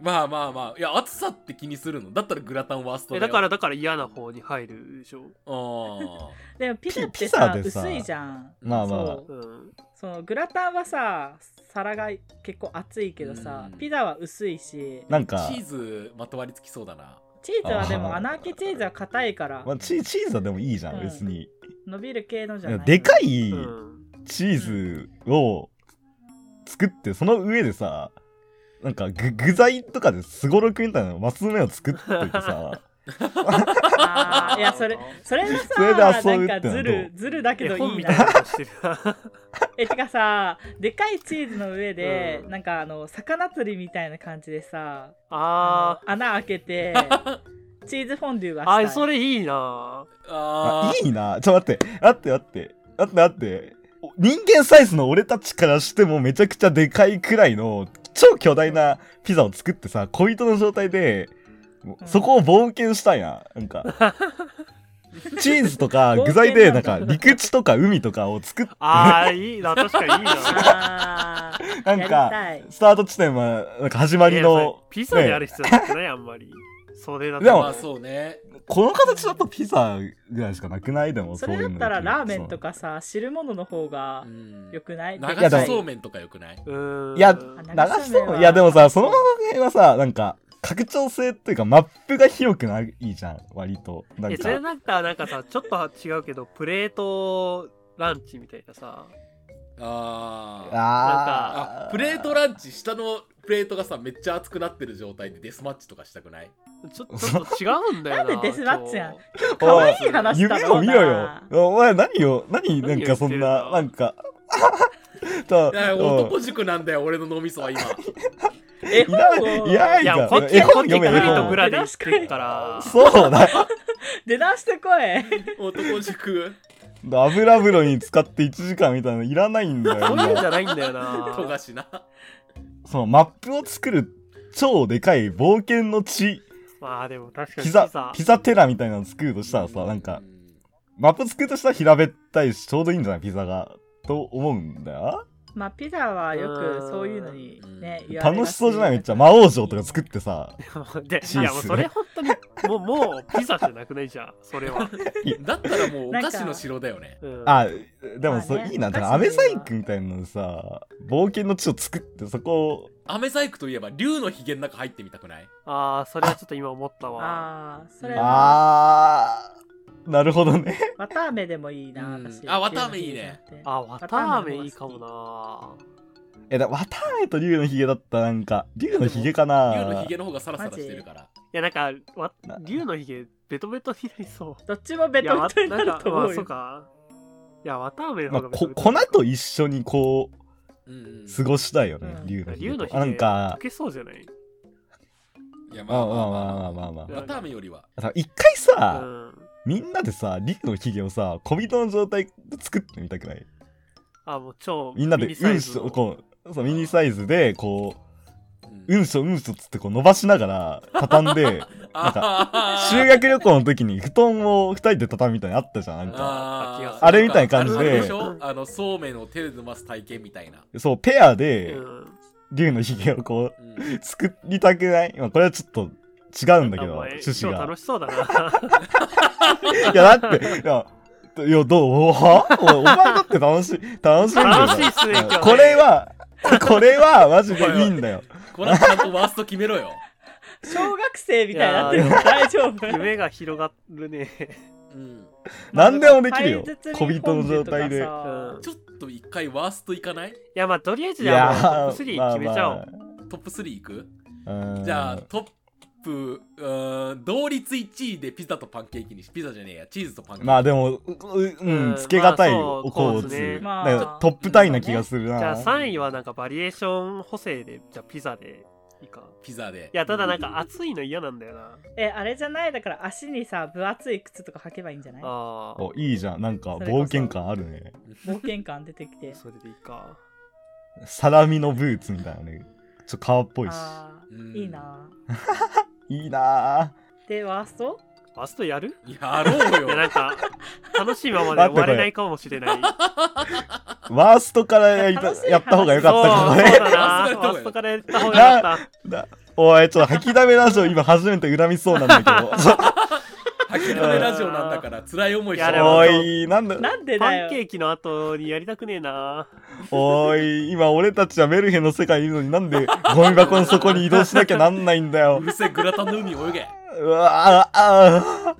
[SPEAKER 2] まあまあまあいや暑さって気にするのだったらグラタンワースト
[SPEAKER 1] え
[SPEAKER 2] だよ
[SPEAKER 1] だからだから嫌な方に入るでしょ、
[SPEAKER 2] あー
[SPEAKER 3] でもピザって
[SPEAKER 4] ピ
[SPEAKER 3] さ
[SPEAKER 4] ピザでさ
[SPEAKER 3] 薄いじゃん
[SPEAKER 4] まあまあ
[SPEAKER 3] そう
[SPEAKER 1] うん、
[SPEAKER 3] そのグラタンはさ皿が結構熱いけどさ、
[SPEAKER 2] うん
[SPEAKER 3] ピザは薄いし
[SPEAKER 4] なんか
[SPEAKER 2] チ、ーズまとわりつきそうだな
[SPEAKER 3] チーズはで
[SPEAKER 4] あ
[SPEAKER 3] も
[SPEAKER 4] ー
[SPEAKER 3] 穴あきチーズは硬いから
[SPEAKER 4] まあ、チチーズはでもいいじゃ
[SPEAKER 3] うん
[SPEAKER 4] ん、別に。
[SPEAKER 3] 伸びる系のじゃない
[SPEAKER 4] でか
[SPEAKER 3] い
[SPEAKER 4] い
[SPEAKER 1] うん
[SPEAKER 4] チーズを作って、その上でさ、なんか具具材とかですごろくみたいなのマス目を作っといて さ
[SPEAKER 3] いやそれそれがさ
[SPEAKER 4] それで遊ぶ
[SPEAKER 3] な
[SPEAKER 4] ってのは
[SPEAKER 3] んか
[SPEAKER 4] どう
[SPEAKER 3] ずるずるだけ
[SPEAKER 1] 絵
[SPEAKER 3] どい
[SPEAKER 1] 本
[SPEAKER 3] い
[SPEAKER 1] み
[SPEAKER 3] な
[SPEAKER 1] たいなこと してるな
[SPEAKER 3] えてかさでかいチーズの上で、
[SPEAKER 1] うん
[SPEAKER 3] なんかあの魚釣りみたいな感じでさ
[SPEAKER 1] あ
[SPEAKER 3] の穴開け てチーズフォンデュ
[SPEAKER 1] ー
[SPEAKER 3] がしたい
[SPEAKER 1] あそれいいな
[SPEAKER 2] ああ
[SPEAKER 4] あいいなちょっと待って待って待って待って待ってお人間サイズの俺たちからしてもめちゃくちゃでかいくらいの超巨大なピザを作ってさ小糸の状態で
[SPEAKER 3] うん
[SPEAKER 4] そこを冒険したいななんか チーズとか具材
[SPEAKER 3] 冒険
[SPEAKER 4] でな
[SPEAKER 3] なんん
[SPEAKER 4] か
[SPEAKER 3] だ
[SPEAKER 4] 陸地とか海とかを作って
[SPEAKER 1] あーいいな確かにいい な
[SPEAKER 3] あー
[SPEAKER 4] なん
[SPEAKER 3] やり
[SPEAKER 4] か
[SPEAKER 3] たい
[SPEAKER 4] スタート地点はなんか始まり
[SPEAKER 1] いやそれ
[SPEAKER 4] の
[SPEAKER 1] ピザでやる必要なくないあんまりそれだと
[SPEAKER 4] でも
[SPEAKER 2] まあそうね
[SPEAKER 4] この形だとピザぐらいしかなくないでも
[SPEAKER 3] それだ
[SPEAKER 4] ういう
[SPEAKER 3] っ
[SPEAKER 4] の
[SPEAKER 3] たらラーメンと
[SPEAKER 4] か
[SPEAKER 3] かさ汁物の方が
[SPEAKER 2] うん
[SPEAKER 3] よくない
[SPEAKER 4] いや
[SPEAKER 2] 長
[SPEAKER 4] で
[SPEAKER 2] 崎
[SPEAKER 4] も
[SPEAKER 2] そうめんとかよくない
[SPEAKER 1] うん
[SPEAKER 4] いや
[SPEAKER 3] あ
[SPEAKER 4] 流
[SPEAKER 3] 長
[SPEAKER 4] し
[SPEAKER 3] 袖
[SPEAKER 4] て
[SPEAKER 3] は
[SPEAKER 4] もいやでもさその辺はさなんか拡張性っていうかマップが広くないじゃん割となん
[SPEAKER 1] えそれ
[SPEAKER 4] か
[SPEAKER 1] だったらなんかさちょっと違うけどプレートランチみたいなさ
[SPEAKER 2] あー
[SPEAKER 4] あ
[SPEAKER 2] あプレートランチ下のプレートがさめっちゃ熱くなってる状態でデスマッチとかしたくない
[SPEAKER 1] ちょちょっと違うんだよな
[SPEAKER 3] なんでデスマッチやん
[SPEAKER 1] 今日
[SPEAKER 4] ー
[SPEAKER 3] 可愛
[SPEAKER 4] お
[SPEAKER 3] い話だ
[SPEAKER 4] 夢
[SPEAKER 3] ろ
[SPEAKER 4] を
[SPEAKER 3] う
[SPEAKER 4] 見
[SPEAKER 3] な
[SPEAKER 4] ろよお前何を何なんかそん
[SPEAKER 1] 何を
[SPEAKER 4] なな
[SPEAKER 1] 言ってるの
[SPEAKER 4] んか た
[SPEAKER 2] いや
[SPEAKER 4] うん
[SPEAKER 2] 男塾なんだよ俺の脳みそ は今
[SPEAKER 3] 絵
[SPEAKER 4] いら
[SPEAKER 3] 本を
[SPEAKER 4] いらない
[SPEAKER 1] い
[SPEAKER 4] じゃ
[SPEAKER 1] や
[SPEAKER 4] ん
[SPEAKER 1] こっち
[SPEAKER 4] 絵
[SPEAKER 1] こっ
[SPEAKER 4] 本
[SPEAKER 1] ちグ
[SPEAKER 4] 読め
[SPEAKER 1] リ
[SPEAKER 4] 絵
[SPEAKER 1] とグ
[SPEAKER 4] 本
[SPEAKER 1] ラで言ってるから
[SPEAKER 4] そうだよ
[SPEAKER 3] 出だしてこい
[SPEAKER 2] 男塾
[SPEAKER 4] 油風呂に使って1時間みたいなのいらないんだよ
[SPEAKER 1] そういうんじ
[SPEAKER 4] 今
[SPEAKER 1] ゃないんだよな
[SPEAKER 2] 富樫な
[SPEAKER 4] そのマップを作る超でかい冒険の地
[SPEAKER 1] まあでも確かに
[SPEAKER 4] ピ
[SPEAKER 1] ピ
[SPEAKER 4] ザ
[SPEAKER 1] ザ
[SPEAKER 4] ピザテラみたいなの作るとしたらさなんか
[SPEAKER 2] うん
[SPEAKER 4] マップ作るとしたら平べったいしちょうどいいんじゃないピザがと思うんだよ
[SPEAKER 3] まあピザはよくそういうのにね
[SPEAKER 2] うん
[SPEAKER 3] 言われがち
[SPEAKER 4] 楽しそうじゃないめっちゃ魔王城とか作ってさ
[SPEAKER 1] で
[SPEAKER 4] チーズ
[SPEAKER 1] いやもうそれ本当にもうもうピザじゃなくないじゃんそれ は、
[SPEAKER 2] だったらもうお
[SPEAKER 3] なんか
[SPEAKER 2] 菓子の城だよね
[SPEAKER 1] うん、
[SPEAKER 4] あで
[SPEAKER 3] ま
[SPEAKER 4] も
[SPEAKER 3] あね
[SPEAKER 4] それいいな
[SPEAKER 3] お
[SPEAKER 4] だ
[SPEAKER 3] 菓子
[SPEAKER 4] からアメ細工みたいなのさ冒険の地を作ってそこを
[SPEAKER 2] アメ細工といえば竜のひげの中入ってみたくない
[SPEAKER 1] あーそれはちょっと今思ったわ
[SPEAKER 3] ああそれは
[SPEAKER 4] あーなるほどね
[SPEAKER 3] 綿あめでもいいな
[SPEAKER 2] うん
[SPEAKER 3] 私
[SPEAKER 2] あ綿あめいいね
[SPEAKER 1] ああわたあめいいかも
[SPEAKER 4] えだわたあめと竜のひげだったらなんか竜のひげか
[SPEAKER 2] 竜の
[SPEAKER 4] な
[SPEAKER 2] ひげの方がサラサラしてるから
[SPEAKER 1] ないやなんかわ
[SPEAKER 4] な
[SPEAKER 1] 竜のひげベトベトになりそう
[SPEAKER 3] どっちもベ
[SPEAKER 1] いや
[SPEAKER 3] ト
[SPEAKER 1] わ
[SPEAKER 3] ベトになる
[SPEAKER 1] なんか
[SPEAKER 3] と
[SPEAKER 1] まあ
[SPEAKER 3] 思う
[SPEAKER 1] そう
[SPEAKER 3] よ
[SPEAKER 1] かいやわたあめの
[SPEAKER 4] ま
[SPEAKER 1] 方
[SPEAKER 4] あ、
[SPEAKER 1] が
[SPEAKER 4] こ粉と一緒にこ
[SPEAKER 2] う
[SPEAKER 4] う
[SPEAKER 2] んうん
[SPEAKER 4] 過ごしたいよね
[SPEAKER 3] うん
[SPEAKER 4] 竜のひ
[SPEAKER 1] 竜
[SPEAKER 4] げ
[SPEAKER 1] のひげ
[SPEAKER 4] とあなん
[SPEAKER 1] 溶
[SPEAKER 4] か
[SPEAKER 1] けそうじゃない
[SPEAKER 2] いや
[SPEAKER 4] ま
[SPEAKER 2] ま
[SPEAKER 4] あ
[SPEAKER 2] あ
[SPEAKER 4] ま
[SPEAKER 2] ま
[SPEAKER 4] あ
[SPEAKER 2] あ
[SPEAKER 4] ま
[SPEAKER 2] ま
[SPEAKER 4] あま
[SPEAKER 2] あ
[SPEAKER 4] あまあまあ、
[SPEAKER 1] いや
[SPEAKER 2] まあ綿あめよりは
[SPEAKER 4] だから一回
[SPEAKER 1] う
[SPEAKER 4] さ、
[SPEAKER 1] ん
[SPEAKER 4] みんなでさ竜のひげをさ小人の状態で作ってみたくない
[SPEAKER 1] あもう超
[SPEAKER 4] みんなで
[SPEAKER 1] ミニ
[SPEAKER 4] う
[SPEAKER 1] サイ
[SPEAKER 4] ん
[SPEAKER 1] ズ
[SPEAKER 4] し
[SPEAKER 1] の
[SPEAKER 4] ょこうそうミニサイズでこ
[SPEAKER 2] うん
[SPEAKER 4] ううんしょうんしょっつってこう伸ばしながら畳ん でなん
[SPEAKER 2] あー
[SPEAKER 4] 修学旅行の時に布団を二人で畳むみたいなのあったじゃんなんか
[SPEAKER 2] あー
[SPEAKER 1] あ
[SPEAKER 4] あれみたいな感じで
[SPEAKER 2] あれしょあのそうめんを手で伸ばす体験みたいな、
[SPEAKER 4] そうペア
[SPEAKER 1] う
[SPEAKER 4] で
[SPEAKER 1] ん
[SPEAKER 4] 竜のひげをこ
[SPEAKER 2] う
[SPEAKER 4] うん作りたくない、まあ、これはちょっと違うんだけど
[SPEAKER 1] お前
[SPEAKER 4] 趣
[SPEAKER 1] 今
[SPEAKER 4] 旨
[SPEAKER 1] 日
[SPEAKER 4] が
[SPEAKER 1] 楽しそうだ な
[SPEAKER 4] いやだっていやいやどうおはおお前だって楽しい楽しいんだよ
[SPEAKER 1] 楽しいっすね今日ね
[SPEAKER 4] これはこれはマジでいいんだよ
[SPEAKER 2] これはちゃんとワースト決めろよ、
[SPEAKER 3] 小学生みたいになってるの大丈夫
[SPEAKER 1] 夢が広がるね
[SPEAKER 2] うん、
[SPEAKER 4] 何でもできるよ
[SPEAKER 3] パイ包み
[SPEAKER 4] 小人の状態で
[SPEAKER 3] フォンデュとかさ
[SPEAKER 2] ちょっと一回ワーストいかない
[SPEAKER 1] いやまあとりあえず
[SPEAKER 4] い
[SPEAKER 1] じゃあもうトッ
[SPEAKER 4] や
[SPEAKER 1] プ3決めちゃおう、
[SPEAKER 2] トップ3いく
[SPEAKER 4] まあまあうん
[SPEAKER 2] じゃあトップうーん同率1位でピザとパンケーキにしピザじゃねえやチーズとパンケーキ、
[SPEAKER 4] まあでも、ううう、
[SPEAKER 1] うんん
[SPEAKER 4] つけがたい
[SPEAKER 1] まあそう
[SPEAKER 4] おコー
[SPEAKER 1] コー
[SPEAKER 4] ツ。
[SPEAKER 1] ツね
[SPEAKER 3] まあ
[SPEAKER 4] だからトップタイな気がするな。
[SPEAKER 1] じゃあ3位はなんかバリエーション補正でじゃあピザでいいか
[SPEAKER 2] ピザで
[SPEAKER 1] いやただなんか暑いの嫌なんだよな
[SPEAKER 3] えあれじゃないだから足にさ分厚い靴とか履けばいいんじゃない
[SPEAKER 1] ああ
[SPEAKER 4] おいいじゃん。なんか
[SPEAKER 3] それこそ
[SPEAKER 4] 冒険感あるね。
[SPEAKER 3] 冒険感出てきて
[SPEAKER 1] それでいいか
[SPEAKER 4] サラミのブーツみたいなね。ちょっと革っぽいし。
[SPEAKER 3] あー
[SPEAKER 2] うん
[SPEAKER 3] いいない
[SPEAKER 4] いなぁ。
[SPEAKER 3] でワースト
[SPEAKER 1] ファーストやる
[SPEAKER 2] やろ
[SPEAKER 1] いうや、
[SPEAKER 2] よ。
[SPEAKER 1] なん か、楽しいままで終われないかもしれない。
[SPEAKER 4] ワーストからやりた
[SPEAKER 3] 楽しい話
[SPEAKER 4] やった方がよかったか
[SPEAKER 1] そ
[SPEAKER 4] も
[SPEAKER 1] う
[SPEAKER 4] ね。
[SPEAKER 1] そうだな。フ
[SPEAKER 2] ファ
[SPEAKER 1] ァー
[SPEAKER 2] ー
[SPEAKER 1] ス
[SPEAKER 2] ス
[SPEAKER 1] ト
[SPEAKER 2] ト
[SPEAKER 1] からやった方がよかっ
[SPEAKER 4] なおい、ちょっと吐きだめラジオ今初めて恨みそうなんだけ
[SPEAKER 2] 吐きだめラジオなんだから辛い思いし
[SPEAKER 1] いやで
[SPEAKER 2] て
[SPEAKER 4] ど。
[SPEAKER 1] も
[SPEAKER 4] おい、なんだ、
[SPEAKER 3] なんで
[SPEAKER 1] た。
[SPEAKER 3] だ
[SPEAKER 1] パ
[SPEAKER 3] よ
[SPEAKER 1] ンケーキの後にやりたくねえな。
[SPEAKER 4] おい、今俺たちはメルヘンの世界にいるのになんでゴミ箱の底に移動しなきゃなんないんだよ
[SPEAKER 2] う。るせえグラタンの海泳げ。
[SPEAKER 4] うわああ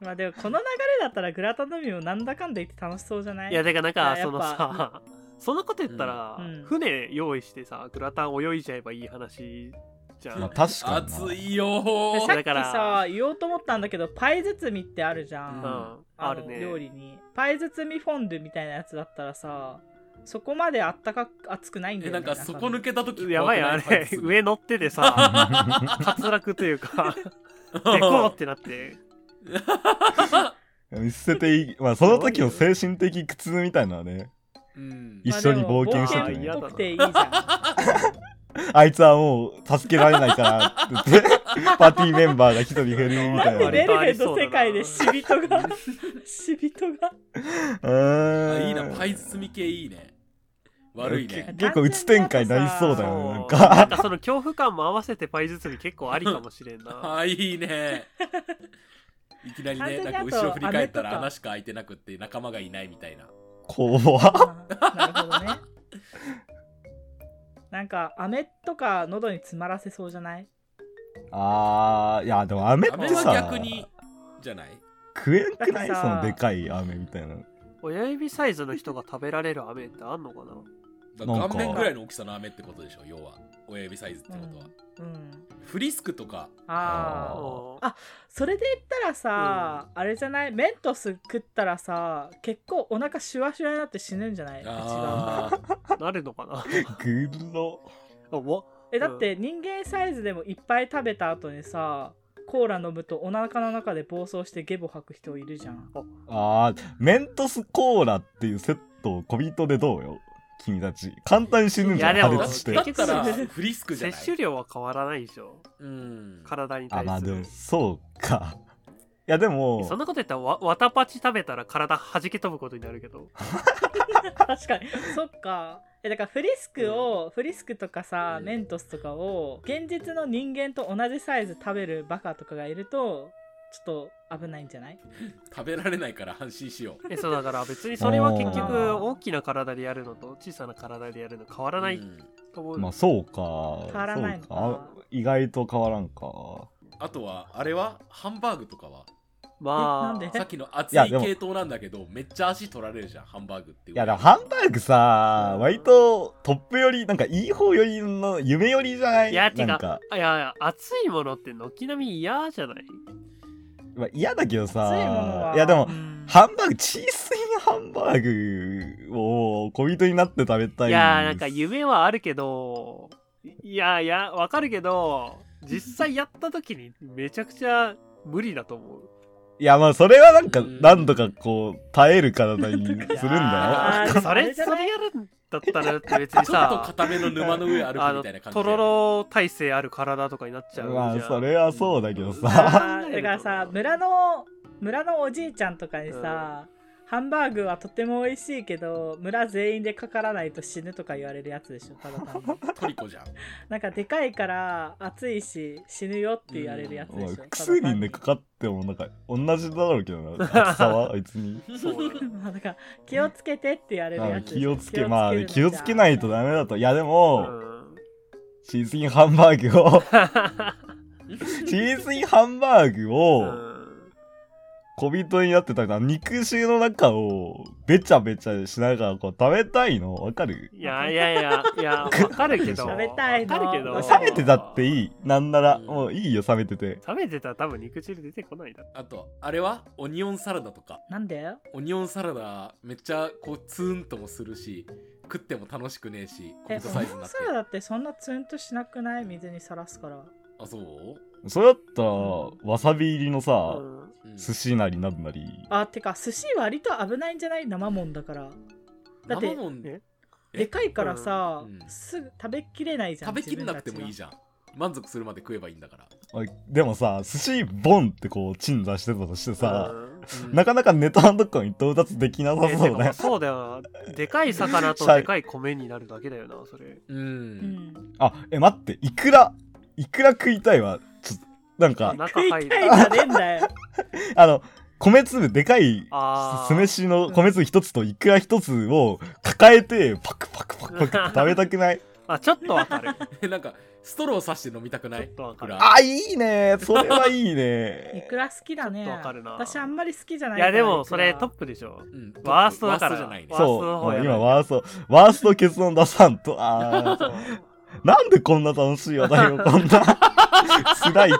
[SPEAKER 3] まあでもこの流れだったらグラタンの海もなんだかんだ言って楽しそうじゃない
[SPEAKER 1] いや、だからなん
[SPEAKER 3] い
[SPEAKER 1] か、
[SPEAKER 3] やや
[SPEAKER 1] そ
[SPEAKER 3] っ
[SPEAKER 1] の
[SPEAKER 3] ぱ
[SPEAKER 1] さ、そのこと言ったら
[SPEAKER 3] うんうん、
[SPEAKER 1] 船用意してさ、グラタン泳いじゃえばいい話じゃ
[SPEAKER 4] ま
[SPEAKER 1] ん。
[SPEAKER 4] あ確かにな。
[SPEAKER 2] 熱いよ
[SPEAKER 3] で
[SPEAKER 2] ー
[SPEAKER 3] さっ
[SPEAKER 1] だ
[SPEAKER 3] き
[SPEAKER 1] から
[SPEAKER 3] さ言おうと思ったんだけどパイ包みってあるじゃん、
[SPEAKER 1] う
[SPEAKER 2] うん
[SPEAKER 1] ん、
[SPEAKER 3] あ
[SPEAKER 1] あ
[SPEAKER 3] の
[SPEAKER 1] るね。
[SPEAKER 3] 料理にパイ包みフォンデュみたいなやつだったらさそこまであったかく熱くないんだ
[SPEAKER 2] え
[SPEAKER 3] よ、
[SPEAKER 2] な
[SPEAKER 3] ね、
[SPEAKER 2] んかそこ抜けた時
[SPEAKER 1] やばいよあれ、 上乗っててさ、滑落というか、
[SPEAKER 2] で
[SPEAKER 1] でこうってなって。
[SPEAKER 4] 見捨てていい。まあその時の精神的苦痛みたいなのはね、
[SPEAKER 2] うん
[SPEAKER 4] 一緒に冒険して
[SPEAKER 1] まあ
[SPEAKER 4] て
[SPEAKER 1] でも
[SPEAKER 4] ね
[SPEAKER 1] 冒。
[SPEAKER 3] っぽくていいじゃん
[SPEAKER 4] あいつはもう助けられないからって言 って、パーティーメンバーが一人減るみたい
[SPEAKER 3] でメ
[SPEAKER 4] な ね。
[SPEAKER 3] ルヘンの世界で死人が死人が
[SPEAKER 4] う
[SPEAKER 2] あ
[SPEAKER 4] ーん
[SPEAKER 2] いいなパイ包み系いいね悪いね
[SPEAKER 4] 結構うつ展開になりそうだ
[SPEAKER 1] そ
[SPEAKER 4] よね、
[SPEAKER 1] う
[SPEAKER 4] なん
[SPEAKER 1] なんか
[SPEAKER 4] か。
[SPEAKER 1] その恐怖感も合わせてパイ包み結構ありかもしれん な。
[SPEAKER 2] あいいねいきなり
[SPEAKER 3] 完
[SPEAKER 2] ね
[SPEAKER 3] 全に
[SPEAKER 2] な
[SPEAKER 3] あ
[SPEAKER 2] ん
[SPEAKER 3] と
[SPEAKER 2] か後ろ振り返った
[SPEAKER 3] あれ
[SPEAKER 2] ら
[SPEAKER 3] とか
[SPEAKER 2] 穴しか開いてなくって仲間がいないみたいな
[SPEAKER 4] 怖っ
[SPEAKER 3] あーなるほどねなんか飴とか喉に詰まらせそうじゃない
[SPEAKER 4] あー、いや、でも飴っ
[SPEAKER 2] 飴
[SPEAKER 4] て
[SPEAKER 2] は
[SPEAKER 4] さ
[SPEAKER 2] 逆、にじゃない
[SPEAKER 4] 食えんくない
[SPEAKER 3] だって
[SPEAKER 4] そ
[SPEAKER 3] さ
[SPEAKER 4] のでかい飴みたいな。
[SPEAKER 1] 親指サイズの人が食べられる飴ってあんのかな
[SPEAKER 2] だ
[SPEAKER 4] なんか
[SPEAKER 2] 顔面ぐらいの大きさの飴ってことでしょ要は親指サイズってことは、
[SPEAKER 3] うん
[SPEAKER 2] フリスクとか
[SPEAKER 4] あ
[SPEAKER 3] あ
[SPEAKER 4] ー
[SPEAKER 3] あ
[SPEAKER 1] うん
[SPEAKER 3] あそれで言ったらさ、あれじゃないメントス食ったらさ結構お腹シュワシュワになって死ぬんじゃない一番
[SPEAKER 2] あー
[SPEAKER 1] なるのかな
[SPEAKER 4] ぐろ。
[SPEAKER 1] あも
[SPEAKER 3] えだって人間サイズでもいっぱい食べた後にさコーラ飲むとお腹の中で暴走してゲボ吐く人いるじゃん
[SPEAKER 4] あー、メントスコーラっていうセットを小人でどうよ君たち。簡単に死ぬんじゃん、
[SPEAKER 1] いやで
[SPEAKER 4] 破
[SPEAKER 1] も
[SPEAKER 4] 裂して
[SPEAKER 2] だ。ったら
[SPEAKER 3] 結局
[SPEAKER 2] フリスクじゃない
[SPEAKER 1] 摂取量は変わらないでしょ
[SPEAKER 2] うん
[SPEAKER 1] 体に
[SPEAKER 4] あ、
[SPEAKER 1] 対
[SPEAKER 4] まあ
[SPEAKER 1] す
[SPEAKER 4] で
[SPEAKER 1] る、
[SPEAKER 4] も、そうか。いや、でも、
[SPEAKER 1] そんなこと言ったらわわたパチ食べたら体弾け飛ぶことになるけ ど
[SPEAKER 3] 確かにそっかえだからフリスクを、フリスクとかさ、
[SPEAKER 2] うん
[SPEAKER 3] メントスとかを現実の人間と同じサイズ食べるバカとかがいるとちょっと危ないんじゃない
[SPEAKER 2] 食べられないから安心しよう
[SPEAKER 1] えそうだから別にそれは結
[SPEAKER 4] あ
[SPEAKER 1] 局
[SPEAKER 3] ー
[SPEAKER 1] 大きな体でやるのと小さな体でやるの変わらないうと
[SPEAKER 2] ん
[SPEAKER 1] 思う、
[SPEAKER 4] まあそうか。
[SPEAKER 3] 変わらないのか
[SPEAKER 4] そうあ意外と変わらんか。
[SPEAKER 2] あとはあれはハンバーグとかは
[SPEAKER 1] まあ
[SPEAKER 3] えなんで
[SPEAKER 2] さっきの熱
[SPEAKER 4] いやで
[SPEAKER 2] い
[SPEAKER 4] も
[SPEAKER 2] 系統なんだけどめっちゃ足取られるじゃんハンバーグってい
[SPEAKER 4] いや、でもハンバーグさ、割とトップより、なんかいい方よりの夢よりじゃない
[SPEAKER 1] いや違う
[SPEAKER 4] なんか、
[SPEAKER 1] いやいや熱いものって軒並み嫌じゃない
[SPEAKER 4] まあ、嫌だけど
[SPEAKER 3] 熱いもの
[SPEAKER 4] さ
[SPEAKER 3] は、
[SPEAKER 4] いやでも
[SPEAKER 3] う、ん
[SPEAKER 4] ハンバーグ、チーズインハンバーグを小人になって食べたい。
[SPEAKER 1] いやーなんか夢はあるけどいやいやわかるけど実際やった時にめちゃくちゃ無理だと思う
[SPEAKER 4] いや、まあそれはなんか、
[SPEAKER 2] うん
[SPEAKER 4] 何度かこう、耐える体にするんだよ。
[SPEAKER 1] あ
[SPEAKER 3] ー
[SPEAKER 1] ーそ
[SPEAKER 3] あ
[SPEAKER 1] れ
[SPEAKER 3] れじ
[SPEAKER 1] そ
[SPEAKER 3] ゃない
[SPEAKER 1] れやるんだったらだって別に
[SPEAKER 2] ちょっと
[SPEAKER 1] さ
[SPEAKER 2] 固めの沼の上歩
[SPEAKER 1] あ
[SPEAKER 2] くみ
[SPEAKER 1] の
[SPEAKER 2] たいな感じ
[SPEAKER 1] とろろ体勢ある体とかになっちゃうじゃん
[SPEAKER 4] まあそれはそうだけど
[SPEAKER 1] うん
[SPEAKER 4] さ。
[SPEAKER 3] あーだから さ村の村のおじいちゃんとかにさ、ハンバーグはとても美味しいけど村全員でかからないと死ぬとか言われるやつでしょただ単に
[SPEAKER 2] トリコじゃん
[SPEAKER 3] なんかでかいから暑いし死ぬよって言われるやつでしょ、
[SPEAKER 4] 複数人でかかってもなんか同じだろうけどな厚さはあいつに
[SPEAKER 1] そうね
[SPEAKER 3] まあだから気をつけてって言われる
[SPEAKER 4] まあ
[SPEAKER 3] やつでし
[SPEAKER 4] 気
[SPEAKER 3] ょ
[SPEAKER 4] をつけまあ
[SPEAKER 3] るの
[SPEAKER 4] 気をつけないとダメだといやで
[SPEAKER 1] う
[SPEAKER 4] も、
[SPEAKER 1] ん
[SPEAKER 4] チーズインハンバーグをチーズインハンバーグ
[SPEAKER 1] う
[SPEAKER 4] を
[SPEAKER 1] ん
[SPEAKER 4] 小人になってたから肉汁の中をべちゃべちゃしながらこう食べたいのわかる
[SPEAKER 1] いやいやいやいやわかるけど
[SPEAKER 4] 食
[SPEAKER 3] べたいの
[SPEAKER 1] わかるけど
[SPEAKER 3] あ
[SPEAKER 4] 冷めてたって
[SPEAKER 1] い
[SPEAKER 4] いいなんなら
[SPEAKER 2] うん
[SPEAKER 4] もういいよ冷めてて
[SPEAKER 1] 冷めてたら多分肉汁出てこないだろ
[SPEAKER 2] あとあれはオニオンサラダとか
[SPEAKER 3] なんで
[SPEAKER 2] オニオンサラダめっちゃこうツーンともするし食っても楽しくねえしコ
[SPEAKER 3] え
[SPEAKER 2] ミ
[SPEAKER 3] オ
[SPEAKER 2] ットサイ
[SPEAKER 3] ニ
[SPEAKER 2] ズに
[SPEAKER 3] オ
[SPEAKER 2] な
[SPEAKER 3] ン
[SPEAKER 2] っ
[SPEAKER 3] サ
[SPEAKER 2] て
[SPEAKER 3] ラダってそんなツンとしなくない水にさらすから
[SPEAKER 2] あそう、
[SPEAKER 4] それだったらわさび入りのさ、
[SPEAKER 1] うん
[SPEAKER 2] うん
[SPEAKER 4] 寿司なりなんなり
[SPEAKER 3] あてか寿司割と危ないんじゃない生もんだからだって
[SPEAKER 2] 生もん
[SPEAKER 1] え
[SPEAKER 3] でかいからさ、
[SPEAKER 2] うん
[SPEAKER 3] すぐ食べきれないじゃん
[SPEAKER 2] 食べきれなくてもいいじゃん満足するまで食えばいいんだから
[SPEAKER 4] おいでもさ寿司ボンってこう鎮座してたとしてさ、
[SPEAKER 1] うん
[SPEAKER 2] うん
[SPEAKER 4] なかなかネタのとこに到達できなさ
[SPEAKER 1] え
[SPEAKER 4] そ
[SPEAKER 1] てか
[SPEAKER 4] うだ
[SPEAKER 1] まあ
[SPEAKER 4] よ
[SPEAKER 1] そうだよな。でかい魚と
[SPEAKER 4] シャイ
[SPEAKER 1] でかい米になるだけだよな、それ。
[SPEAKER 2] うん、
[SPEAKER 3] うん、
[SPEAKER 4] あえ待っていくらいくら食いたいわちょっとなんか
[SPEAKER 1] 中
[SPEAKER 3] 食いたいじゃねえんだよ。
[SPEAKER 4] あの米粒でかい
[SPEAKER 1] あー
[SPEAKER 4] 酢飯の米粒一つといくら一つを抱えてパクパクパク パクって食べたくない
[SPEAKER 1] あ、ちょっとわかる。
[SPEAKER 2] なんかストローさして飲みたくない
[SPEAKER 1] ちょっとわかる
[SPEAKER 2] いくら
[SPEAKER 4] あいいねそれはいい
[SPEAKER 3] い
[SPEAKER 4] ね
[SPEAKER 3] くら好きだね。
[SPEAKER 1] ちょっとわかるな
[SPEAKER 3] 私あんまり好きじゃない
[SPEAKER 1] い
[SPEAKER 3] か
[SPEAKER 1] や、
[SPEAKER 3] ら。
[SPEAKER 1] でも
[SPEAKER 3] いく
[SPEAKER 1] そ
[SPEAKER 3] ら
[SPEAKER 1] れトップでしょ。
[SPEAKER 2] うん
[SPEAKER 1] ワーストだから
[SPEAKER 2] ワーストじゃないね
[SPEAKER 1] ワース
[SPEAKER 4] そ
[SPEAKER 1] トの
[SPEAKER 4] う
[SPEAKER 1] 方や
[SPEAKER 4] うん
[SPEAKER 1] ばい
[SPEAKER 4] 今ワーストワースト結論出さんとあ ーなんでこんな楽しい話題をこんな辛いって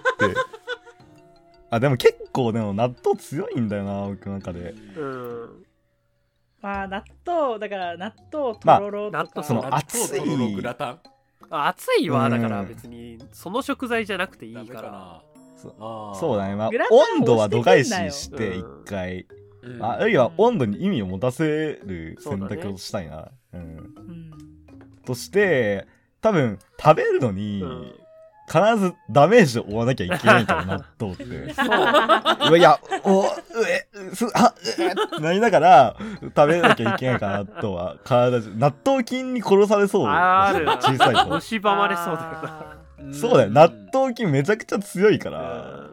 [SPEAKER 4] あでも結構でも納豆強いんだよな僕の中で
[SPEAKER 1] うん。
[SPEAKER 3] まあ納豆だから納豆と
[SPEAKER 4] まあ
[SPEAKER 3] ろろとか、
[SPEAKER 1] 納豆
[SPEAKER 4] その
[SPEAKER 2] 納豆
[SPEAKER 4] 熱い
[SPEAKER 2] とろろグラタン
[SPEAKER 1] あ熱いわ、だから
[SPEAKER 4] うん
[SPEAKER 1] 別に、その食材じゃなくていい
[SPEAKER 2] ダメ
[SPEAKER 1] か。
[SPEAKER 2] からな
[SPEAKER 4] そう
[SPEAKER 2] あー
[SPEAKER 4] そうだねまあ
[SPEAKER 3] グラタンを
[SPEAKER 4] 温度は度外視
[SPEAKER 3] 押して
[SPEAKER 4] し
[SPEAKER 1] くんだよ
[SPEAKER 4] て一回
[SPEAKER 2] うん
[SPEAKER 4] ああるいは温度に意味を持たせる選択をしたいなう、ん、
[SPEAKER 3] うん、
[SPEAKER 4] として多分食べるのに、
[SPEAKER 1] うん
[SPEAKER 4] 必ずダメージを負わなきゃいけないから納豆 ってうわいやおうえすあうえってなりながら食べなきゃいけないから納豆は体中納豆菌に殺されそう
[SPEAKER 1] ある
[SPEAKER 4] 小さいと
[SPEAKER 1] 虫歯まれそうだ
[SPEAKER 2] うん
[SPEAKER 4] そうだよ納豆菌めちゃくちゃ強いか
[SPEAKER 1] よ
[SPEAKER 4] ら、
[SPEAKER 1] な。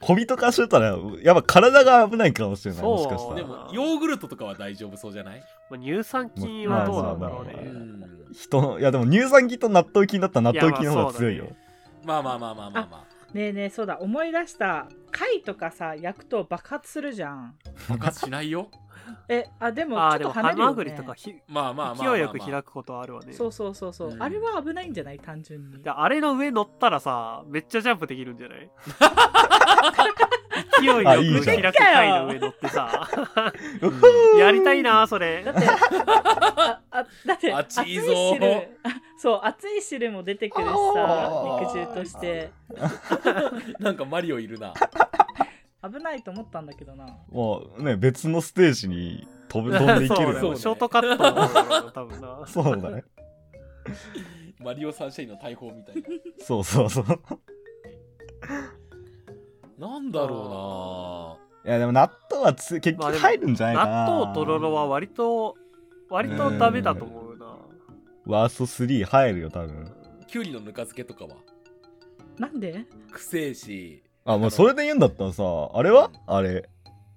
[SPEAKER 4] 小人化してたらやっぱ体が危ないかもしれない
[SPEAKER 1] そう
[SPEAKER 4] もしかした
[SPEAKER 2] で
[SPEAKER 4] ら
[SPEAKER 2] もヨーグルトとかは大丈夫そうじゃない
[SPEAKER 1] うん乳酸菌はどうなんだろう
[SPEAKER 4] まあまあまあまあ
[SPEAKER 1] ね。
[SPEAKER 4] 人のいやでも乳酸菌と納豆菌だったら納豆菌の方が強いよ
[SPEAKER 1] いや
[SPEAKER 2] まあまあまあまあまあま
[SPEAKER 3] ねえねえそうだ思い出した貝とかさ焼くと爆発するじゃん
[SPEAKER 2] あ爆発しないよ
[SPEAKER 3] えあでも
[SPEAKER 1] あ
[SPEAKER 3] ちょ
[SPEAKER 1] あ、でも
[SPEAKER 3] っと跳ね
[SPEAKER 1] ハ
[SPEAKER 3] るよ、ね、
[SPEAKER 1] マグリとかひ
[SPEAKER 2] まあまあまあまあまあ
[SPEAKER 1] 勢いよく開くことあるわね。
[SPEAKER 3] そうそうそうそう、
[SPEAKER 2] うん
[SPEAKER 3] あれは危ないんじゃない単純に
[SPEAKER 1] であれの上乗ったらさ、めっちゃジャンプできるんじゃない勢いよく
[SPEAKER 4] あいいじゃん
[SPEAKER 1] 開く貝の上乗ってさ、
[SPEAKER 4] うふふ
[SPEAKER 1] やりたいな、それ
[SPEAKER 3] だ。ってああだって
[SPEAKER 2] 熱
[SPEAKER 3] 熱
[SPEAKER 2] い
[SPEAKER 3] い
[SPEAKER 2] ぞ
[SPEAKER 3] 汁 そう熱い汁も出てくるし
[SPEAKER 4] あ
[SPEAKER 3] さ
[SPEAKER 4] ー
[SPEAKER 3] 肉汁として
[SPEAKER 2] なんかマリオいるな
[SPEAKER 3] 危ないと思ったんだけどな
[SPEAKER 4] もうね別のステージに飛ぶ飛んでいける
[SPEAKER 1] そうだ
[SPEAKER 4] よ
[SPEAKER 1] よ
[SPEAKER 4] ね
[SPEAKER 1] ショートカットの方だな多分な。
[SPEAKER 4] そうだね
[SPEAKER 2] マリオサンシャインの大砲みたい
[SPEAKER 4] そうそうそう
[SPEAKER 2] ななんだろ
[SPEAKER 4] いやでも納豆はつ結
[SPEAKER 1] まあ
[SPEAKER 4] 局
[SPEAKER 1] でも
[SPEAKER 4] 入るんじゃないかな、
[SPEAKER 1] 納豆とろろは割と割とダメだと思うな
[SPEAKER 4] ワースト3入るよ多分
[SPEAKER 2] うなきゅうりのぬか漬けとかは
[SPEAKER 3] なんで
[SPEAKER 2] くせえし
[SPEAKER 4] あもうそれで言うんだったらさあれはあれ